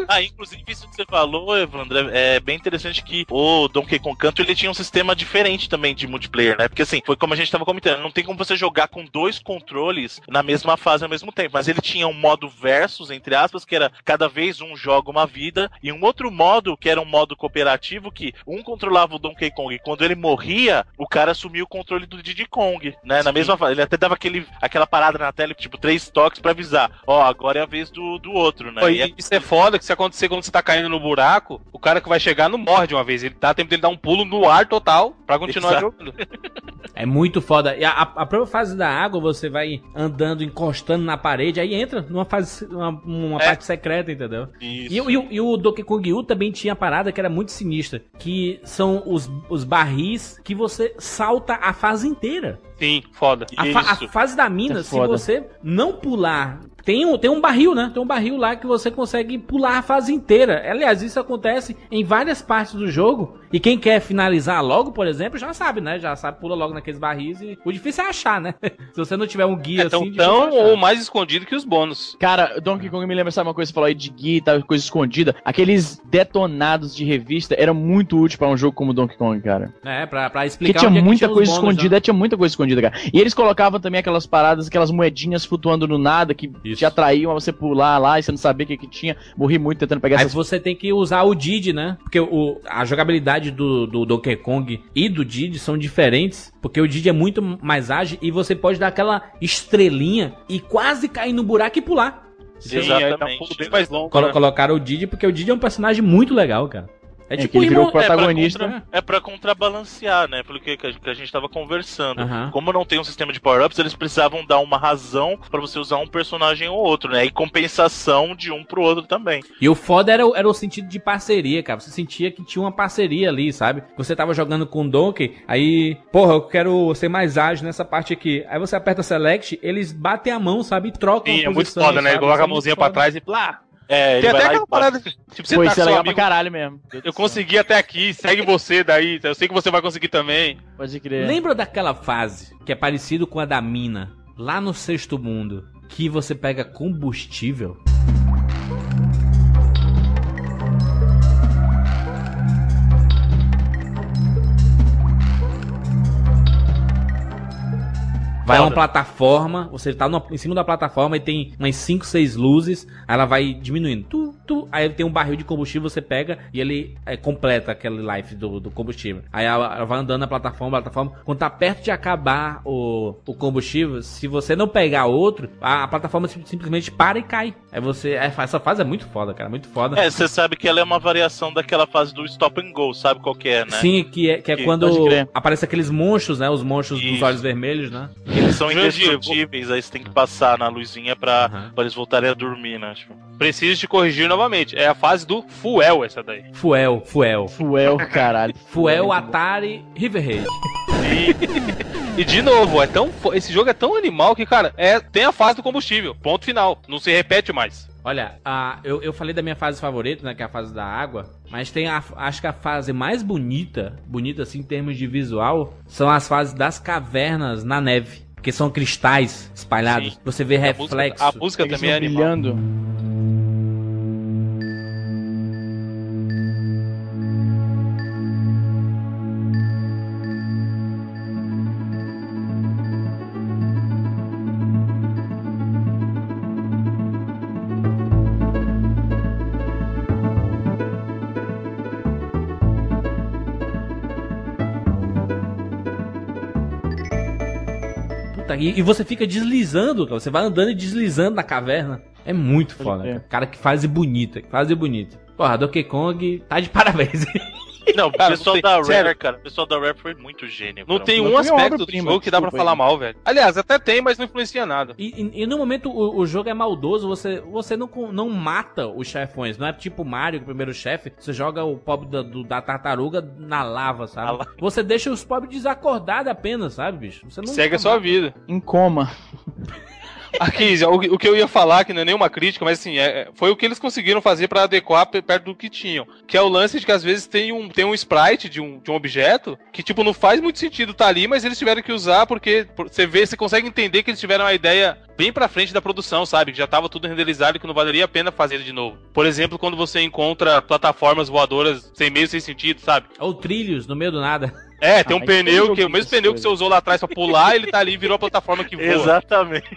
[SPEAKER 4] Ah, inclusive isso que você falou, Evandro, é é bem interessante que o Donkey Kong Country ele tinha um sistema diferente também de multiplayer, né? Porque assim, foi como a gente tava comentando, não tem como você jogar com dois controles na mesma fase ao mesmo tempo, mas ele tinha um modo versus, entre aspas, que era cada vez um joga uma vida, e um outro modo, que era um modo cooperativo, que um controlava o Donkey Kong, e quando ele morria, o cara assumiu o controle do Diddy Kong, né? Na mesma fase, ele até dava aquele, aquela parada na tela, tipo, três toques pra avisar, ó, agora é a vez do, do outro, né?
[SPEAKER 7] Pô,
[SPEAKER 4] E é-
[SPEAKER 7] e isso é foda que se acontecer quando você tá caindo no buraco, o cara que vai chegar não morre de uma vez. Ele dá tempo dele dar um pulo no ar total pra continuar
[SPEAKER 4] Exato.
[SPEAKER 7] jogando.
[SPEAKER 1] É muito foda. E a, a- a própria fase da água, você vai andando, encostando na parede, aí entra numa fase, uma, uma
[SPEAKER 7] É.
[SPEAKER 1] parte secreta, entendeu?
[SPEAKER 4] Isso.
[SPEAKER 1] E, o- e o- e o Donkey Kong U também tinha a parada que era muito sinistra, que são os, os barris que você salta a fase inteira.
[SPEAKER 7] Sim, foda.
[SPEAKER 1] A, fa- a
[SPEAKER 4] Isso.
[SPEAKER 1] fase da mina,
[SPEAKER 2] Isso é
[SPEAKER 1] se
[SPEAKER 2] foda.
[SPEAKER 1] você não pular, tem um, tem um barril, né? Tem um barril lá que você consegue pular a fase inteira. É, Aliás, isso acontece em várias partes do jogo. E quem quer finalizar logo, por exemplo, já sabe, né? Já sabe, pula logo naqueles barris. E o difícil é achar, né? [laughs] se você não tiver um guia
[SPEAKER 7] É tão,
[SPEAKER 1] assim. difícil
[SPEAKER 7] tão
[SPEAKER 1] achar.
[SPEAKER 7] ou mais escondido que os bônus.
[SPEAKER 2] Cara, Donkey Kong me lembra, sabe uma coisa que você falou aí de guia e tal, coisa escondida? Aqueles detonados de revista eram muito úteis pra um jogo como Donkey Kong, cara.
[SPEAKER 1] É, pra, pra
[SPEAKER 2] Porque
[SPEAKER 1] explicar
[SPEAKER 2] tinha
[SPEAKER 1] onde é que
[SPEAKER 2] muita
[SPEAKER 1] tinha os
[SPEAKER 2] coisa
[SPEAKER 1] bônus, né?
[SPEAKER 2] escondida, tinha muita coisa escondida, cara. E eles colocavam também aquelas paradas, aquelas moedinhas flutuando no nada que
[SPEAKER 1] Isso.
[SPEAKER 2] te atraíam a você pular lá e você não sabia o que, que tinha. Morri muito tentando pegar
[SPEAKER 1] Aí
[SPEAKER 2] essas.
[SPEAKER 1] você tem que usar o Didi, né? Porque o, a jogabilidade do, do Donkey Kong e do Didi são diferentes. Porque o Didi é muito mais ágil e você pode dar aquela estrelinha e quase cair no buraco e pular.
[SPEAKER 4] Sim,
[SPEAKER 7] aí dá um
[SPEAKER 4] exatamente.
[SPEAKER 7] pulo bem mais longo.
[SPEAKER 1] Colo-
[SPEAKER 7] né?
[SPEAKER 1] Colocaram o Didi porque o Didi é um personagem muito legal, cara.
[SPEAKER 2] É, que ele virou
[SPEAKER 1] irmão-
[SPEAKER 2] protagonista.
[SPEAKER 4] É pra, contra- é pra contrabalancear, né? Pelo que, que a- que a gente tava conversando.
[SPEAKER 1] Aham.
[SPEAKER 4] Como não tem um sistema de power-ups, eles precisavam dar uma razão pra você usar um personagem ou outro, né? E compensação de um pro outro também.
[SPEAKER 1] E o foda era, o- era o sentido de parceria, cara. Você sentia que tinha uma parceria ali, sabe? Você tava jogando com o Donkey, aí, porra, eu quero ser mais ágil nessa parte aqui. Aí você aperta Select, eles batem a mão, sabe? E trocam
[SPEAKER 7] Sim,
[SPEAKER 1] a
[SPEAKER 7] é muito
[SPEAKER 1] posição,
[SPEAKER 7] foda, né?
[SPEAKER 1] sabe? Isso
[SPEAKER 7] Coloca
[SPEAKER 1] é
[SPEAKER 7] a
[SPEAKER 1] muito
[SPEAKER 7] mãozinha
[SPEAKER 1] foda.
[SPEAKER 7] pra trás e plá.
[SPEAKER 4] É, ele
[SPEAKER 7] Tem
[SPEAKER 4] vai
[SPEAKER 7] até
[SPEAKER 4] lá e
[SPEAKER 7] aquela
[SPEAKER 4] bate.
[SPEAKER 7] parada. Tipo, você
[SPEAKER 2] Pô,
[SPEAKER 7] tá
[SPEAKER 2] isso
[SPEAKER 7] com
[SPEAKER 2] é
[SPEAKER 7] seu
[SPEAKER 2] legal pra
[SPEAKER 7] amigo.
[SPEAKER 2] caralho mesmo.
[SPEAKER 7] Eu consegui até aqui, segue você daí. Eu sei que você vai conseguir também.
[SPEAKER 2] Pode crer.
[SPEAKER 1] É. Lembra daquela fase que é parecido com a da mina, lá no sexto mundo, que você pega combustível? Vai uma
[SPEAKER 4] Foda.
[SPEAKER 1] plataforma, você tá numa- em cima da plataforma e tem umas 5, 6 luzes, aí ela vai diminuindo. Tu, tu, aí tem um barril de combustível, você pega e ele é, completa aquele life do, do combustível. Aí ela, ela vai andando na plataforma, plataforma. Quando tá perto de acabar o, o combustível, se você não pegar outro, a, a plataforma sim- simplesmente para e cai. Aí você. é, Essa fase é muito foda, cara. Muito foda.
[SPEAKER 4] É, você sabe que ela é uma variação daquela fase do stop and go, sabe qual que é, né?
[SPEAKER 1] Sim, que é, que é
[SPEAKER 4] Que-
[SPEAKER 1] quando
[SPEAKER 2] pode crer.
[SPEAKER 1] aparece aqueles monstros, né? Os monstros dos
[SPEAKER 4] Isso.
[SPEAKER 1] olhos vermelhos, né?
[SPEAKER 4] Eles são
[SPEAKER 7] Jurandir,
[SPEAKER 4] indestrutíveis, aí você tem que passar na luzinha pra,
[SPEAKER 1] Aham.
[SPEAKER 4] pra eles voltarem a dormir, né? Tipo,
[SPEAKER 7] Preciso te corrigir novamente. É a fase do fuel essa daí.
[SPEAKER 1] Fuel, fuel.
[SPEAKER 2] Fuel, caralho. é
[SPEAKER 1] Fuel,
[SPEAKER 4] é
[SPEAKER 1] Atari, Riverhead.
[SPEAKER 7] E de novo, é tão fo- esse jogo é tão animal que, cara, é, tem a fase do combustível. Ponto final. Não se repete mais.
[SPEAKER 1] Olha, a- eu, eu falei da minha fase favorita, né, que é a fase da água, mas tem a, acho que a fase mais bonita, bonita assim em termos de visual, são as fases das cavernas na neve, porque são cristais espalhados, você vê
[SPEAKER 7] A música-
[SPEAKER 1] reflexo.
[SPEAKER 7] a música
[SPEAKER 2] Eles
[SPEAKER 7] também é
[SPEAKER 2] vão
[SPEAKER 7] animal.
[SPEAKER 2] brilhando.
[SPEAKER 1] Puta, e, e você fica deslizando, cara, você vai andando e deslizando na caverna. É muito
[SPEAKER 2] Pode
[SPEAKER 1] foda,
[SPEAKER 2] crer.
[SPEAKER 1] cara. Cara, que fase bonita, que fase bonita. Porra, Donkey Kong tá de [laughs] parabéns.
[SPEAKER 4] Não, o
[SPEAKER 7] Cara, não
[SPEAKER 4] pessoal
[SPEAKER 7] tem-
[SPEAKER 4] da Rare,
[SPEAKER 7] sério.
[SPEAKER 4] cara, o pessoal da Rare foi muito gênio.
[SPEAKER 7] Não
[SPEAKER 4] cara.
[SPEAKER 7] tem
[SPEAKER 2] Não
[SPEAKER 7] um
[SPEAKER 2] tem
[SPEAKER 7] aspecto do
[SPEAKER 2] obra-prima,
[SPEAKER 7] jogo que dá pra
[SPEAKER 2] desculpa aí.
[SPEAKER 7] falar mal, velho. Aliás, até tem, mas não influencia nada.
[SPEAKER 1] E, e- e no momento o, o jogo é maldoso, você, você não, con- não mata os chefões. Não é tipo Mario, que é o primeiro chefe, você joga o pobre da, do- da tartaruga na lava, sabe?
[SPEAKER 4] Na lava.
[SPEAKER 1] Você deixa os pobres desacordados apenas, sabe, bicho? Você não
[SPEAKER 7] Segue a sua vida.
[SPEAKER 2] Em coma.
[SPEAKER 7] Aqui, já, o, o que eu ia falar, que não é nenhuma crítica, mas assim, é- é- foi o que eles conseguiram fazer pra adequar pe- perto do que tinham. Que é o lance de que às vezes tem um, tem um sprite de um, de um objeto que, tipo, não faz muito sentido tá ali, mas eles tiveram que usar porque por- você vê, você consegue entender que eles tiveram uma ideia bem pra frente da produção, sabe? Que já tava tudo renderizado e que não valeria a pena fazer de novo. Por exemplo, quando você encontra plataformas voadoras sem meio, sem sentido, sabe?
[SPEAKER 1] Ou trilhos no meio do nada. [laughs]
[SPEAKER 7] É, tem um
[SPEAKER 2] Ah, mas todo
[SPEAKER 7] pneu
[SPEAKER 2] jogo
[SPEAKER 7] que
[SPEAKER 2] tem
[SPEAKER 7] o mesmo
[SPEAKER 2] essas
[SPEAKER 7] pneu
[SPEAKER 2] coisas.
[SPEAKER 7] que você usou lá atrás pra pular, ele tá ali e virou a plataforma
[SPEAKER 2] [laughs]
[SPEAKER 7] que voa.
[SPEAKER 4] Exatamente.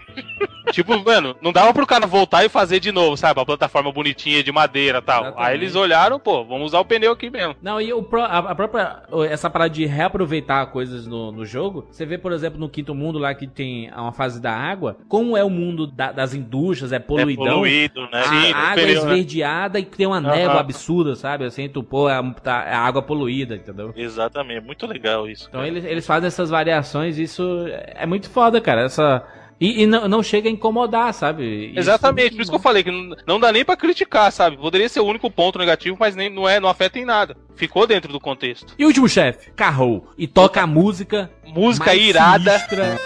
[SPEAKER 7] Tipo, mano, não dava pro cara voltar e fazer de novo, sabe? A plataforma bonitinha de madeira e tal.
[SPEAKER 1] Exatamente.
[SPEAKER 7] Aí eles olharam, pô, vamos usar o pneu aqui mesmo.
[SPEAKER 1] Não, e o pró- a, a própria. Essa parada de reaproveitar coisas no, no jogo. Você vê, por exemplo, no Quinto Mundo lá que tem uma fase da água. Como é o mundo da- das indústrias, é
[SPEAKER 4] É
[SPEAKER 1] poluidão.
[SPEAKER 4] poluído, né?
[SPEAKER 1] A
[SPEAKER 7] Sim,
[SPEAKER 1] água
[SPEAKER 7] pneu, né?
[SPEAKER 1] esverdeada e tem uma névoa
[SPEAKER 7] Aham.
[SPEAKER 1] absurda, sabe? Assim, tu, pô, é, tá- é água poluída, entendeu?
[SPEAKER 4] Exatamente, é muito legal isso.
[SPEAKER 1] Então
[SPEAKER 4] cara.
[SPEAKER 1] eles, eles fazem essas variações, isso é muito foda, cara. Essa... E, e não, não chega a incomodar, sabe? Isso-
[SPEAKER 7] Exatamente, por isso que eu falei que não, não dá nem pra criticar, sabe? Poderia ser o único ponto negativo, mas nem, não é, não afeta em nada. Ficou dentro do contexto.
[SPEAKER 1] é. E o último chefe, Carrou. E toca a música.
[SPEAKER 7] Música
[SPEAKER 1] mais
[SPEAKER 7] irada.
[SPEAKER 1] sinistra.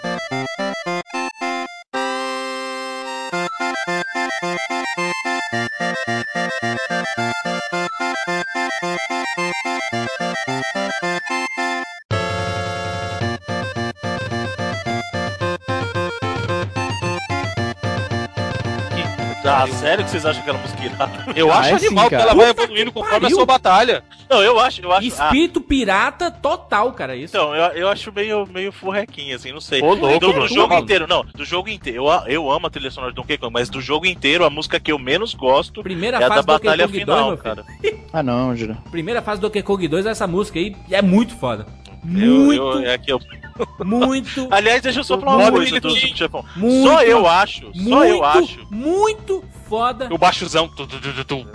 [SPEAKER 4] Ah, sério que vocês acham que era música irada?
[SPEAKER 7] [laughs] Eu
[SPEAKER 2] Ah,
[SPEAKER 7] acho
[SPEAKER 2] é sim,
[SPEAKER 7] animal
[SPEAKER 2] cara.
[SPEAKER 7] que ela vai evoluindo conforme a
[SPEAKER 1] pariu.
[SPEAKER 7] sua batalha.
[SPEAKER 4] Não, eu acho, eu acho. ah,
[SPEAKER 1] Espírito pirata total, cara, isso.
[SPEAKER 4] então, eu, eu acho meio, meio furrequinho, assim, não sei.
[SPEAKER 7] Ô, louco,
[SPEAKER 4] do, do
[SPEAKER 7] mano.
[SPEAKER 4] jogo inteiro, não, do jogo inteiro. Eu, a- eu amo a trilha sonora de Donkey Kong, mas do jogo inteiro, a música que eu menos gosto
[SPEAKER 1] Primeira
[SPEAKER 4] é a da
[SPEAKER 1] fase do Donkey
[SPEAKER 4] batalha
[SPEAKER 1] Kong 2,
[SPEAKER 4] final,
[SPEAKER 1] meu filho.
[SPEAKER 4] cara.
[SPEAKER 2] Ah não, Jura.
[SPEAKER 1] Primeira fase do Donkey Kong 2 é essa música aí, e é muito foda.
[SPEAKER 4] Eu-
[SPEAKER 1] Muito,
[SPEAKER 4] eu- é que eu-
[SPEAKER 1] muito,
[SPEAKER 4] Aliás, deixa eu só falar
[SPEAKER 7] Olha
[SPEAKER 4] uma
[SPEAKER 7] o
[SPEAKER 4] coisa
[SPEAKER 7] Willy
[SPEAKER 4] do
[SPEAKER 7] Link.
[SPEAKER 4] Chefão.
[SPEAKER 1] muito.
[SPEAKER 4] [laughs] Só eu acho, só eu
[SPEAKER 1] muito,
[SPEAKER 4] acho.
[SPEAKER 1] Muito foda.
[SPEAKER 7] O baixozão. Tu, tu, tu, tu, tu.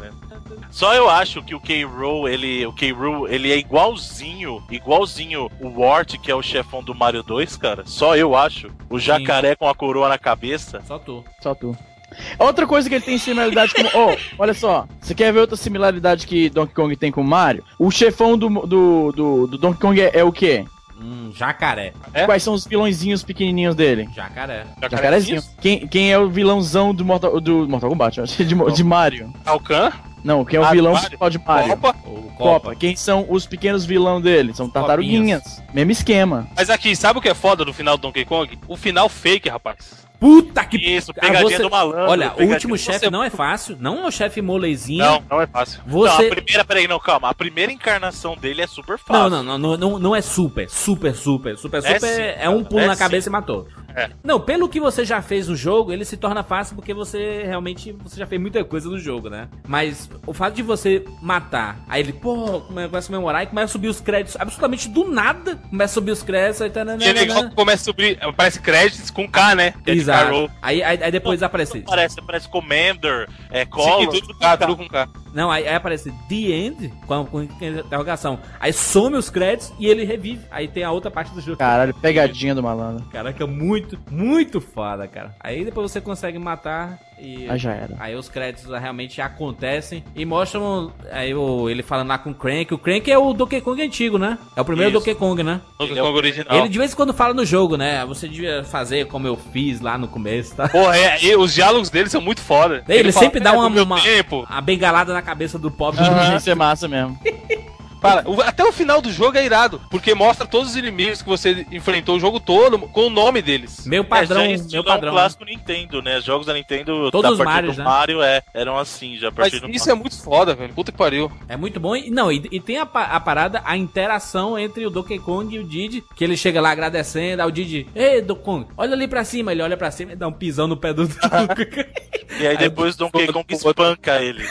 [SPEAKER 4] Só eu acho que o K. Rool, ele, o K. Rool, ele é igualzinho, igualzinho o Wart, que é o chefão do Mario 2, cara. Só eu acho. O jacaré com a coroa na cabeça.
[SPEAKER 1] Só tu.
[SPEAKER 2] Só tu. Outra coisa que ele tem similaridade com. Oh, olha só. Você quer ver outra similaridade que Donkey Kong tem com o Mario? O chefão do, do, do, do Donkey Kong é, é o quê?
[SPEAKER 1] Hum, jacaré.
[SPEAKER 7] É?
[SPEAKER 2] Quais são os vilõezinhos pequenininhos dele?
[SPEAKER 1] Jacaré.
[SPEAKER 2] Jacarezinho. Quem, quem é o vilãozão do Mortal, do Mortal Kombat? ó, De, Mo- de Mario.
[SPEAKER 7] Alcan,
[SPEAKER 2] Não, quem é o
[SPEAKER 7] Ah, do
[SPEAKER 2] vilão
[SPEAKER 7] Mario?
[SPEAKER 2] principal de Mario?
[SPEAKER 7] Copa.
[SPEAKER 1] O Copa.
[SPEAKER 2] Copa. Quem são os pequenos vilão dele? São tartaruguinhas. Mesmo esquema.
[SPEAKER 7] Mas aqui, sabe o que é foda do final do Donkey Kong? O final fake, rapaz.
[SPEAKER 1] Puta que
[SPEAKER 4] Isso,
[SPEAKER 1] Ah,
[SPEAKER 4] pegadinha
[SPEAKER 1] você-
[SPEAKER 4] do malandro.
[SPEAKER 1] Olha, o
[SPEAKER 4] pegadinha
[SPEAKER 1] último
[SPEAKER 4] do-
[SPEAKER 1] chefe não é fácil. Não é o chefe molezinho.
[SPEAKER 4] Não, não é fácil. Não,
[SPEAKER 1] Você.
[SPEAKER 4] a primeira, peraí, não, calma. A primeira encarnação dele é super
[SPEAKER 1] Não,
[SPEAKER 4] fácil.
[SPEAKER 1] não, não, não, não, não é super. Super, super. Super, super
[SPEAKER 4] É
[SPEAKER 1] é,
[SPEAKER 4] sim,
[SPEAKER 1] é um pulo
[SPEAKER 4] É
[SPEAKER 1] na
[SPEAKER 4] sim.
[SPEAKER 1] cabeça e matou.
[SPEAKER 4] É.
[SPEAKER 1] Não, pelo que você já fez no jogo, ele se torna fácil porque você realmente você já fez muita coisa no jogo, né? Mas o fato de você matar, aí ele, pô, come- começa a comemorar e começa a subir os créditos absolutamente do nada. Começa a subir os créditos aí tá,
[SPEAKER 7] Que é legal que começa a subir, aparece créditos com K, né? Que é de
[SPEAKER 1] Exato.
[SPEAKER 7] Carol.
[SPEAKER 1] Aí, aí, aí depois aparece.
[SPEAKER 4] Não Parece, parece Commander, é
[SPEAKER 7] Sim,
[SPEAKER 4] Collor.
[SPEAKER 7] tudo com K, tudo com K.
[SPEAKER 1] Não, aí, aí aparece The End com, com interrogação. Aí some os créditos e ele revive. Aí tem a outra parte do jogo.
[SPEAKER 2] Caralho, pegadinha do malandro.
[SPEAKER 1] Caraca, muito, muito foda, cara. Aí depois você consegue matar e.
[SPEAKER 2] Aí já era.
[SPEAKER 1] Aí os créditos lá realmente acontecem e mostram aí o, ele falando lá com o Crank. O Crank é o Donkey Kong antigo, né? É o primeiro
[SPEAKER 4] Isso. É
[SPEAKER 1] Donkey Kong, né?
[SPEAKER 7] Donkey Kong original.
[SPEAKER 1] Ele de vez em quando fala no jogo, né? Você devia fazer como eu fiz lá no começo, tá?
[SPEAKER 7] Porra, é, e os diálogos dele são muito foda.
[SPEAKER 1] Ele sempre dá
[SPEAKER 7] "É,
[SPEAKER 1] uma-
[SPEAKER 7] do meu
[SPEAKER 1] uma-
[SPEAKER 7] tempo.
[SPEAKER 1] A bengalada na cabeça do pobre.
[SPEAKER 7] Ah.
[SPEAKER 2] Isso é massa mesmo.
[SPEAKER 7] Para, o- até o final do jogo é irado, porque mostra todos os inimigos que você enfrentou o jogo todo com o nome deles.
[SPEAKER 1] Meu
[SPEAKER 4] Padrão,
[SPEAKER 1] padrão,
[SPEAKER 4] é,
[SPEAKER 1] meu
[SPEAKER 4] meu
[SPEAKER 1] padrão.
[SPEAKER 4] um clássico Nintendo, né? Jogos da Nintendo
[SPEAKER 1] Todos os
[SPEAKER 4] da partir
[SPEAKER 1] Marios,
[SPEAKER 4] do
[SPEAKER 1] né?
[SPEAKER 4] Mario é, eram assim, já a
[SPEAKER 7] Mas
[SPEAKER 4] partir do
[SPEAKER 7] isso é muito foda, velho. Puta que pariu.
[SPEAKER 1] É muito bom. E, não, e, e tem a, pa- a parada, a interação entre o Donkey Kong e o Didi, que ele chega lá agradecendo, aí o Didi, ei, Donkey Kong, olha ali pra cima, ele olha pra cima e dá um pisão no pé do Donkey Kong.
[SPEAKER 4] E aí depois Donkey Kong espanca ele.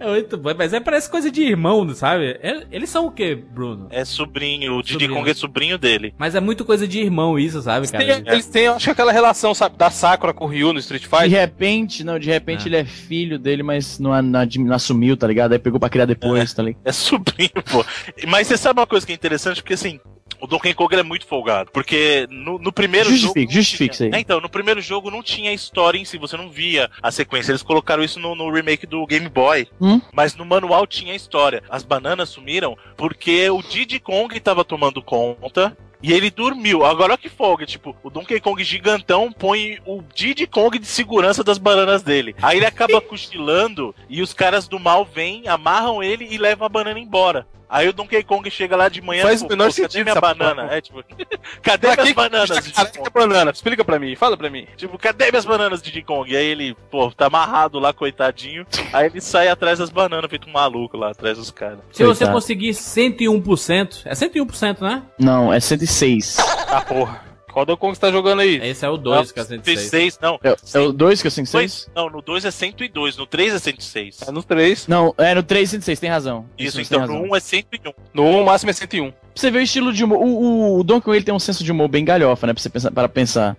[SPEAKER 1] É muito bom, mas é parece coisa de irmão, sabe? É- Eles são o quê, Bruno?
[SPEAKER 4] É sobrinho, o Diddy
[SPEAKER 1] Sobrinho.
[SPEAKER 4] Kong é sobrinho dele.
[SPEAKER 1] Mas é muito coisa de irmão isso, sabe,
[SPEAKER 7] Eles
[SPEAKER 1] cara?
[SPEAKER 7] têm, eles têm, eu acho que aquela relação, sabe, da Sakura com o Ryu no Street
[SPEAKER 2] De
[SPEAKER 1] é
[SPEAKER 7] Fighter.
[SPEAKER 2] repente, não, de repente ele é filho dele, mas não, a- não admi- não assumiu, tá ligado? Aí pegou pra criar depois, tá ligado?
[SPEAKER 4] É sobrinho, pô. Mas você sabe uma coisa que é interessante? Porque assim, o Donkey Kong ele é muito folgado. Porque no, no primeiro
[SPEAKER 2] Justifique,
[SPEAKER 4] jogo.
[SPEAKER 2] justifique isso aí.
[SPEAKER 4] É, então, no primeiro jogo não tinha história em si, você não via a sequência. Eles colocaram isso no, no remake do Game Boy.
[SPEAKER 2] Hum?
[SPEAKER 4] Mas no manual tinha história. As bananas sumiram porque o Diddy Kong tava tomando conta. E ele dormiu. Agora olha que folga, tipo, o Donkey Kong gigantão põe o Diddy Kong de segurança das bananas dele. Aí ele acaba cochilando e os caras do mal vêm, amarram ele e levam a banana embora. Aí o Donkey Kong chega lá de manhã tipo,
[SPEAKER 7] Faz o menor
[SPEAKER 4] cadê
[SPEAKER 7] sentido
[SPEAKER 4] minha
[SPEAKER 7] essa
[SPEAKER 4] banana?
[SPEAKER 7] porra.
[SPEAKER 4] É tipo, [laughs] cadê
[SPEAKER 7] Pra
[SPEAKER 4] minhas
[SPEAKER 7] que
[SPEAKER 4] bananas?
[SPEAKER 7] Justa-
[SPEAKER 4] Diddy
[SPEAKER 7] cara, é-
[SPEAKER 4] Kong?
[SPEAKER 7] fica banana. Explica pra mim, fala pra mim.
[SPEAKER 4] Tipo, cadê minhas bananas, Diddy Kong? E aí ele, pô, tá amarrado lá, coitadinho. Aí ele sai atrás das bananas, feito um maluco lá atrás dos caras.
[SPEAKER 1] Se você
[SPEAKER 2] Coitado.
[SPEAKER 1] conseguir 101%, é 101%, né?
[SPEAKER 2] Não, é 106.
[SPEAKER 7] Ah, porra. Qual Donkey Kong você tá jogando aí?
[SPEAKER 1] Esse é o 2, que é o 106.
[SPEAKER 4] 106, não.
[SPEAKER 2] É, é o 2 que é o 106?
[SPEAKER 4] Dois, não, no 2 é 102, no 3 é 106.
[SPEAKER 7] É no 3.
[SPEAKER 2] Não, é no 3 106, tem razão.
[SPEAKER 4] Isso,
[SPEAKER 2] você
[SPEAKER 4] então
[SPEAKER 2] tem
[SPEAKER 4] no
[SPEAKER 2] razão.
[SPEAKER 4] 1 é 101.
[SPEAKER 7] No 1, o máximo é 101.
[SPEAKER 2] Pra você ver o estilo de humor. O, o, o Donkey Kong ele tem um senso de humor bem galhofa, né? Pra você pensar, para pensar.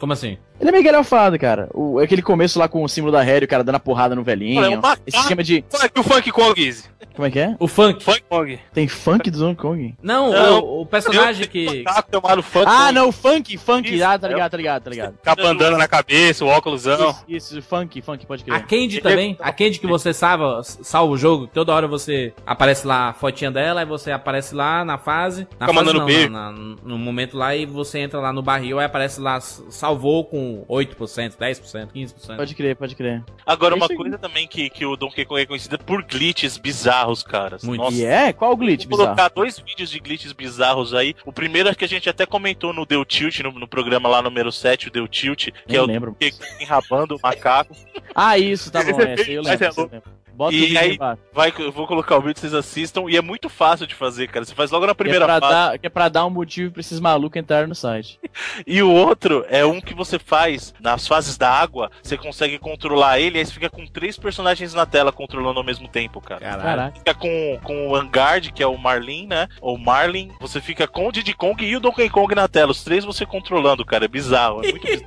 [SPEAKER 1] Como assim?
[SPEAKER 2] Ele é meio galhofado, cara. O, é aquele começo lá com o símbolo da Harry, o cara dando a porrada no velhinho.
[SPEAKER 4] Olha, é um macaco.
[SPEAKER 2] Esse esquema de.
[SPEAKER 7] Fala aqui o Funk Kong, Easy.
[SPEAKER 2] Como é que é?
[SPEAKER 1] O funk.
[SPEAKER 7] Funk Kong.
[SPEAKER 2] Tem funk do Donkey Kong?
[SPEAKER 1] Não,
[SPEAKER 7] Não.
[SPEAKER 1] o, o personagem que...
[SPEAKER 7] Tá tomado Funk
[SPEAKER 2] Ah,
[SPEAKER 7] ah,
[SPEAKER 2] não, funk, funk.
[SPEAKER 4] um- Isso, é
[SPEAKER 2] ah, tá ligado, tá ligado, tá ligado.
[SPEAKER 7] com a bandana na cabeça, o óculosão.
[SPEAKER 2] Isso, isso, funk, funk, pode
[SPEAKER 1] A
[SPEAKER 2] crer.
[SPEAKER 1] Candy também, a Candy que você salva, salva o jogo, que toda hora você aparece lá a fotinha dela, aí você aparece lá na fase, na
[SPEAKER 7] Fica
[SPEAKER 1] fase
[SPEAKER 7] mandando
[SPEAKER 1] não,
[SPEAKER 7] beijo.
[SPEAKER 1] na- na- no momento lá e você entra lá no barril, aí aparece lá, s- salvou com 8%, 10%, 15%.
[SPEAKER 2] Pode crer, pode crer.
[SPEAKER 4] Agora,
[SPEAKER 2] É
[SPEAKER 4] uma
[SPEAKER 2] isso aí.
[SPEAKER 4] coisa também que, que o Donkey Kong é conhecido por glitches bizarros, caras.
[SPEAKER 1] Muito.
[SPEAKER 4] Nossa.
[SPEAKER 2] E é? Qual o glitch,
[SPEAKER 4] Vou
[SPEAKER 2] bizarro?
[SPEAKER 4] colocar dois vídeos de glitches bizarros aí. O primeiro é que a gente até comentou no Deu Tilt, no, no programa lá número 7, o Deu Tilt, que
[SPEAKER 2] Nem
[SPEAKER 4] é o
[SPEAKER 2] lembro.
[SPEAKER 4] Donkey Kong enrabando o macaco.
[SPEAKER 2] Ah, isso, tá bom, esse aí eu
[SPEAKER 4] Mas
[SPEAKER 2] lembro.
[SPEAKER 4] é
[SPEAKER 2] esse eu lembro. Bota
[SPEAKER 4] E
[SPEAKER 2] o vídeo
[SPEAKER 4] aí-
[SPEAKER 2] aí é embaixo.
[SPEAKER 4] Vai, eu vou colocar o vídeo, vocês assistam. E é muito fácil de fazer, cara. Você faz logo na
[SPEAKER 2] Que é,
[SPEAKER 4] primeira
[SPEAKER 2] pra
[SPEAKER 4] fase.
[SPEAKER 2] dar, que é pra dar um motivo pra esses malucos entrarem no site.
[SPEAKER 4] E o outro é um que você faz nas fases da água. Você consegue controlar ele. Aí você fica com três personagens na tela controlando ao mesmo tempo, cara.
[SPEAKER 1] Caralho.
[SPEAKER 2] Caraca.
[SPEAKER 4] Fica com, com o Angard, que é o Marlin, né? Ou Marlin.
[SPEAKER 1] [laughs]
[SPEAKER 4] Você fica com o Diddy Kong e o Donkey Kong na tela. Os três você controlando, cara. É bizarro. É muito bizarro.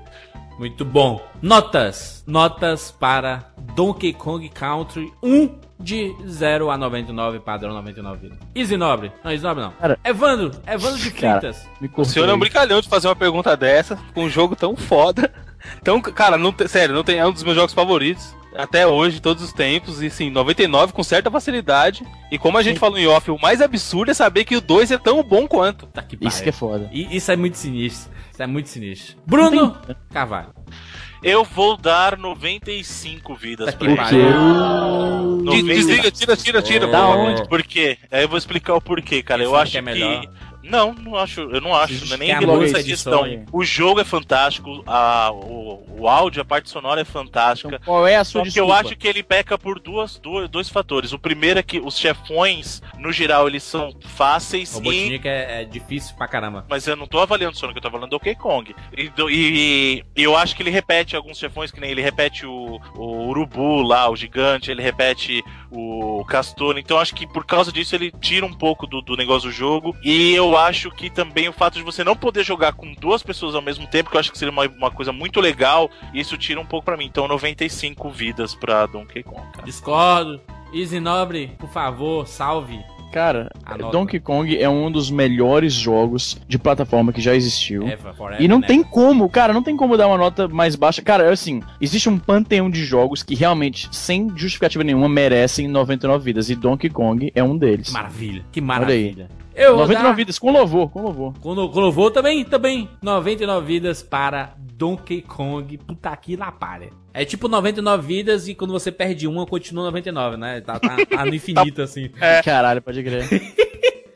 [SPEAKER 1] Muito bom. Notas. Notas para Donkey Kong Country 1 de 0 a 99, padrão 99 vida. Easy Nobre. Não, Easy Nobre não.
[SPEAKER 2] Cara.
[SPEAKER 1] Evandro. Evandro de
[SPEAKER 2] Cara.
[SPEAKER 1] Quintas.
[SPEAKER 2] Me
[SPEAKER 7] O senhor é um brincalhão de fazer uma pergunta dessa com um jogo tão foda. [laughs] Então, cara, não tem- sério, não tem, é um dos meus jogos favoritos. Até hoje, todos os tempos, e sim, 99 com certa facilidade. E como a gente falou em off, o mais absurdo é saber que o 2 é tão bom quanto.
[SPEAKER 1] Tá que
[SPEAKER 2] Isso que é foda.
[SPEAKER 1] I- Isso é muito sinistro. Isso é muito sinistro. Bruno Carvalho.
[SPEAKER 4] Eu vou dar 95 vidas
[SPEAKER 1] Tá
[SPEAKER 4] pra
[SPEAKER 1] que
[SPEAKER 4] ele.
[SPEAKER 1] pariu.
[SPEAKER 4] Não
[SPEAKER 7] Des-
[SPEAKER 4] vem,
[SPEAKER 7] Desliga, tira, tira, tira.
[SPEAKER 1] É.
[SPEAKER 7] pô.
[SPEAKER 2] Da onde?
[SPEAKER 4] Por quê? Aí eu vou explicar o porquê, cara.
[SPEAKER 1] Você
[SPEAKER 4] Eu
[SPEAKER 1] não
[SPEAKER 4] acho
[SPEAKER 1] quer
[SPEAKER 4] que.
[SPEAKER 1] melhor?
[SPEAKER 4] Não, não acho, eu não acho,
[SPEAKER 1] Diz
[SPEAKER 4] não é
[SPEAKER 1] que é
[SPEAKER 4] nem
[SPEAKER 1] a
[SPEAKER 4] pela
[SPEAKER 1] luz
[SPEAKER 4] essa
[SPEAKER 1] de
[SPEAKER 4] questão.
[SPEAKER 1] sonho.
[SPEAKER 4] O jogo é fantástico, a, o, o áudio, a parte sonora é fantástica.
[SPEAKER 2] Então, qual é a
[SPEAKER 4] Só
[SPEAKER 2] sua
[SPEAKER 4] que eu acho que ele peca por duas, duas- dois fatores. O primeiro é que os chefões, no geral, eles são fáceis e.
[SPEAKER 1] Robotnik é, é difícil pra caramba.
[SPEAKER 4] Mas eu não tô avaliando o Sonic, eu tô avaliando Donkey Kong. E, do- e- e eu acho que ele repete alguns chefões, que nem ele repete o, o urubu lá, o gigante, ele repete o castor. Então eu acho que por causa disso ele tira um pouco do, do negócio do jogo. E eu acho que também o fato de você não poder jogar com duas pessoas ao mesmo tempo, que eu acho que seria uma, uma coisa muito legal, isso tira um pouco pra mim. Então 95 vidas pra Donkey Kong, cara.
[SPEAKER 1] Discordo. Easy Nobre, por favor, salve.
[SPEAKER 2] Cara,
[SPEAKER 1] Anota.
[SPEAKER 2] Donkey Kong é um dos melhores jogos de plataforma que já existiu.
[SPEAKER 1] Eva, forever,
[SPEAKER 2] E não
[SPEAKER 1] né?
[SPEAKER 2] tem como, cara, não tem como dar uma nota mais baixa. Cara, assim, existe um panteão de jogos que realmente, sem justificativa nenhuma, merecem 99 vidas. E Donkey Kong é um deles.
[SPEAKER 1] Maravilha. Que
[SPEAKER 2] Olha aí.
[SPEAKER 1] maravilha. Eu vou
[SPEAKER 2] 99
[SPEAKER 1] dar...
[SPEAKER 2] vidas, com louvor, com louvor.
[SPEAKER 1] Quando, quando eu vou também, também, 99 vidas para Donkey Kong, puta que lá pare. É tipo 99 vidas e quando você perde uma, continua 99, né? Tá, tá- tá
[SPEAKER 2] [laughs]
[SPEAKER 1] no infinito, assim.
[SPEAKER 2] Caralho, pode crer.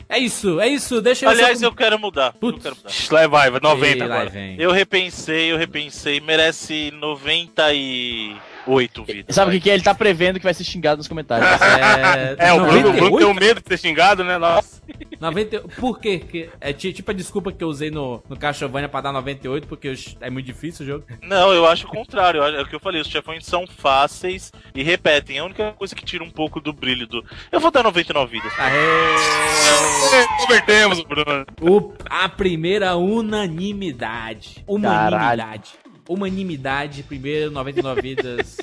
[SPEAKER 1] É isso, é isso, deixa eu...
[SPEAKER 4] Aliás,
[SPEAKER 1] só-
[SPEAKER 4] eu quero mudar. Eu
[SPEAKER 1] Putz.
[SPEAKER 4] quero mudar.
[SPEAKER 7] Lá vai, vai,
[SPEAKER 1] Ih,
[SPEAKER 7] 90
[SPEAKER 1] lá
[SPEAKER 7] agora.
[SPEAKER 1] vem.
[SPEAKER 4] Eu repensei, eu repensei. Merece 98 vidas.
[SPEAKER 2] Sabe o que, que é? Ele tá prevendo que vai ser xingado nos comentários.
[SPEAKER 1] É,
[SPEAKER 7] É, o Bruno, o Bruno
[SPEAKER 1] 98?
[SPEAKER 7] tem um medo de ser xingado, né? Nossa.
[SPEAKER 1] 90, por quê? Que é ti- tipo a desculpa que eu usei no, no Castlevania pra dar 98, porque eu- é muito difícil o jogo.
[SPEAKER 4] Não, eu acho o contrário. eu acho- É o que eu falei, os chefões são fáceis e repetem. É a única coisa que tira um pouco do brilho do. Eu vou dar 99 vidas.
[SPEAKER 1] Aê!
[SPEAKER 7] É, Convertemos, Bruno.
[SPEAKER 1] O- a primeira unanimidade. Unanimidade. Unanimidade, primeiro 99 vidas.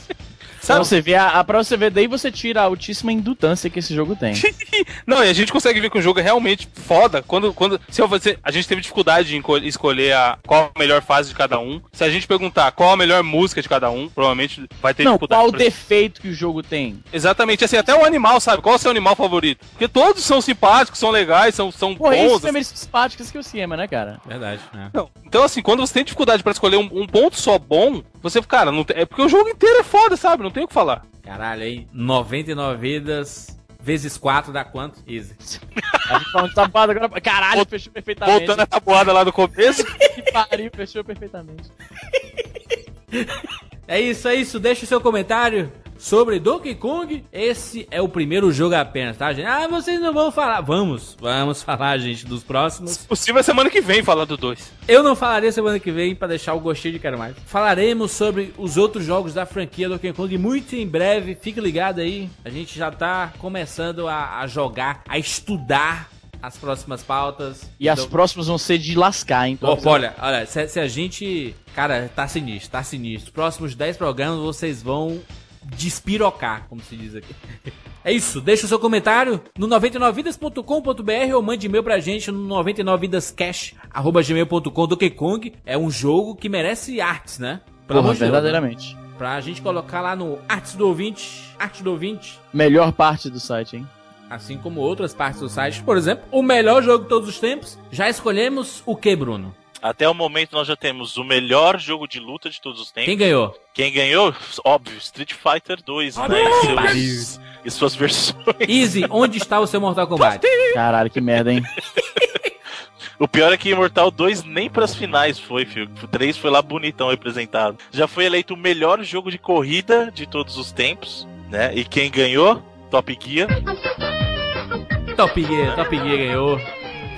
[SPEAKER 2] Pra você ver, a, a- pra você ver, daí você tira a altíssima indutância que esse jogo tem.
[SPEAKER 7] Não, e a gente consegue ver que o jogo é realmente foda. Quando, quando, se eu, se, a gente teve dificuldade em enco- escolher a, qual a melhor fase de cada um. Se a gente perguntar qual a melhor música de cada um, provavelmente vai ter
[SPEAKER 2] Não,
[SPEAKER 7] dificuldade.
[SPEAKER 2] qual o
[SPEAKER 7] pra-
[SPEAKER 2] defeito que o jogo tem?
[SPEAKER 7] Exatamente, assim, até o animal, sabe? Qual é o seu animal favorito? Porque todos são simpáticos, são legais, são, são
[SPEAKER 2] Porra, é esses
[SPEAKER 7] bons.
[SPEAKER 2] são primeiros simpáticos que o Ciema, né, cara?
[SPEAKER 1] Verdade, né?
[SPEAKER 7] Não. Então, assim, quando você tem dificuldade pra escolher um, um ponto só bom, você, cara, não tem- é porque o jogo inteiro é foda, sabe? Não tem o que falar.
[SPEAKER 1] Caralho, hein? 99 vidas vezes 4 dá quanto? Easy.
[SPEAKER 2] A gente falando de tapado agora. Caralho, fechou perfeitamente.
[SPEAKER 7] Voltando à tabuada lá do começo. [laughs]
[SPEAKER 2] que [laughs] pariu, fechou perfeitamente.
[SPEAKER 1] É isso, é isso. Deixa o seu comentário sobre Donkey Kong. Esse é o primeiro jogo apenas, tá, gente? Ah, vocês não vão falar. Vamos, vamos [laughs] falar, gente, dos próximos.
[SPEAKER 7] Se possível, é semana que vem falar do 2.
[SPEAKER 1] Eu não falarei semana que vem pra deixar o gostinho de quero mais. Falaremos sobre os outros jogos da franquia Donkey Kong muito em breve. Fique ligado aí. A gente já tá começando a, a jogar, a estudar as próximas pautas.
[SPEAKER 2] E as
[SPEAKER 1] Então-
[SPEAKER 2] próximas vão ser de lascar, hein?
[SPEAKER 1] Ó, olha, olha, se, se a gente. Cara, tá sinistro, tá sinistro. Próximos 10 programas vocês vão despirocar, como se diz aqui. [laughs] É isso, deixa o seu comentário no 99vidas.com.br ou mande e-mail pra gente no 99vidascash.gmail.com do Kong. É um jogo que merece artes, né?
[SPEAKER 2] Porra,
[SPEAKER 1] amor de Deus,
[SPEAKER 2] verdadeiramente.
[SPEAKER 1] né? Pra gente colocar lá no Artes do Ouvinte, Arte do Ouvinte,
[SPEAKER 2] Melhor parte do site, hein?
[SPEAKER 1] assim como outras partes do site. Por exemplo, o melhor jogo de todos os tempos. Já escolhemos o que, Bruno?
[SPEAKER 4] Até o momento nós já temos o melhor jogo de luta de todos os tempos.
[SPEAKER 1] Quem ganhou?
[SPEAKER 4] Quem ganhou? Óbvio, Street Fighter 2,
[SPEAKER 2] Ah,
[SPEAKER 4] né? E, seus- e suas versões.
[SPEAKER 1] Easy, onde está o seu Mortal Kombat?
[SPEAKER 2] Caralho, que merda, hein?
[SPEAKER 4] O pior é que Imortal 2 nem pras finais foi, filho. O 3 foi lá bonitão representado. Já foi eleito o melhor jogo de corrida de todos os tempos, né? E quem ganhou? Top Gear.
[SPEAKER 1] Top Gear, Top Gear ganhou.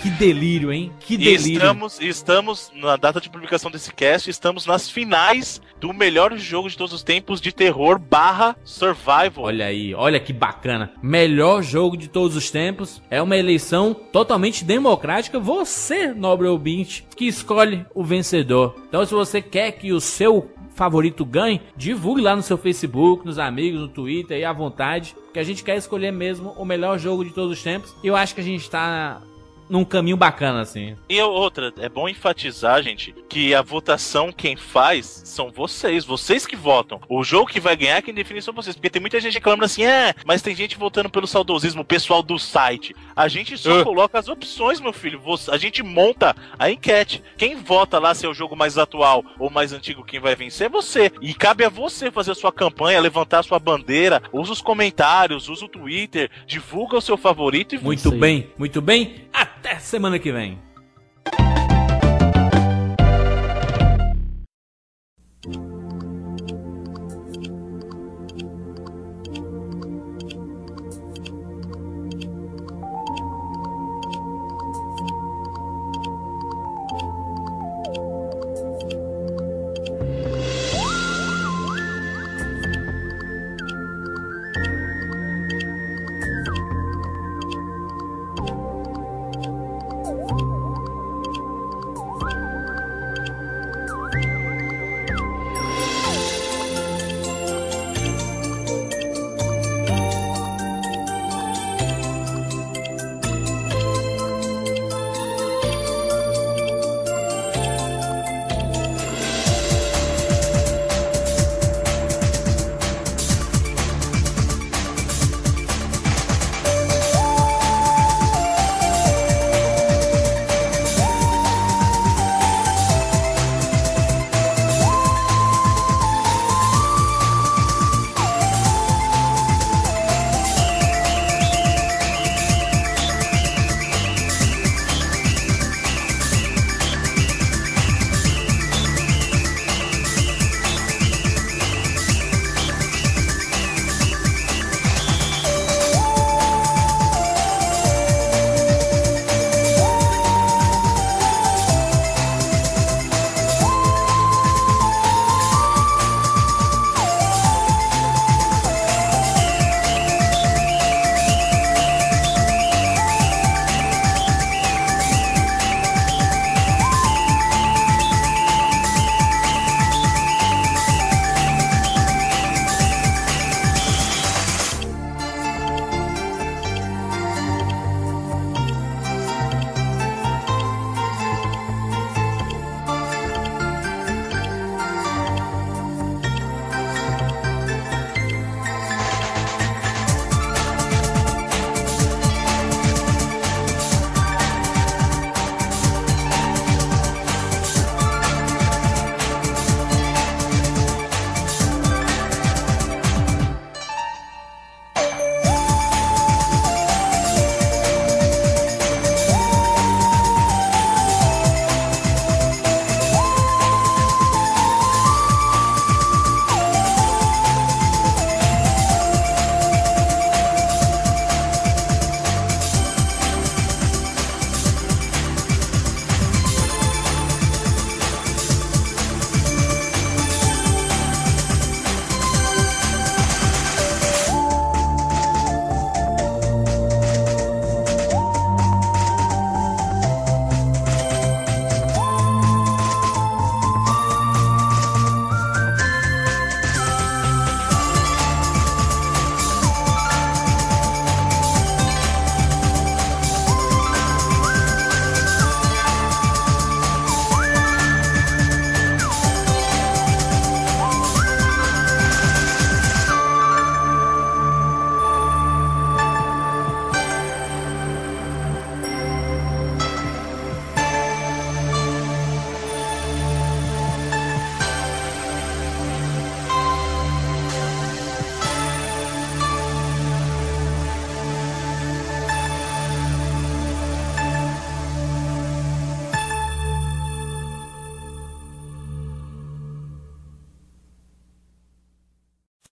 [SPEAKER 1] Que delírio, hein? Que
[SPEAKER 4] E
[SPEAKER 1] delírio.
[SPEAKER 4] estamos, e estamos, na data de publicação desse cast, estamos nas finais do melhor jogo de todos os tempos de terror barra survival.
[SPEAKER 1] Olha aí, olha que bacana. Melhor jogo de todos os tempos. É uma eleição totalmente democrática. Você, nobre ouvinte, que escolhe o vencedor. Então, se você quer que o seu favorito ganhe, divulgue lá no seu Facebook, nos amigos, no Twitter aí à vontade. Que a gente quer escolher mesmo o melhor jogo de todos os tempos. E eu acho que a gente tá num caminho bacana, assim.
[SPEAKER 4] E outra, é bom enfatizar, gente, que a votação quem faz são vocês, vocês que votam. O jogo que vai ganhar, é quem define são vocês. Porque tem muita gente reclamando assim, é, mas tem gente votando pelo saudosismo, o pessoal do site. A gente só
[SPEAKER 7] Ah.
[SPEAKER 4] coloca as opções, meu filho. Você- A gente monta a enquete. Quem vota lá se é o jogo mais atual ou mais antigo, quem vai vencer é você. E cabe a você fazer a sua campanha, levantar a sua bandeira, usa os comentários, usa o Twitter, divulga o seu favorito e
[SPEAKER 1] Muito
[SPEAKER 2] aí.
[SPEAKER 1] bem, muito bem. Até semana que vem.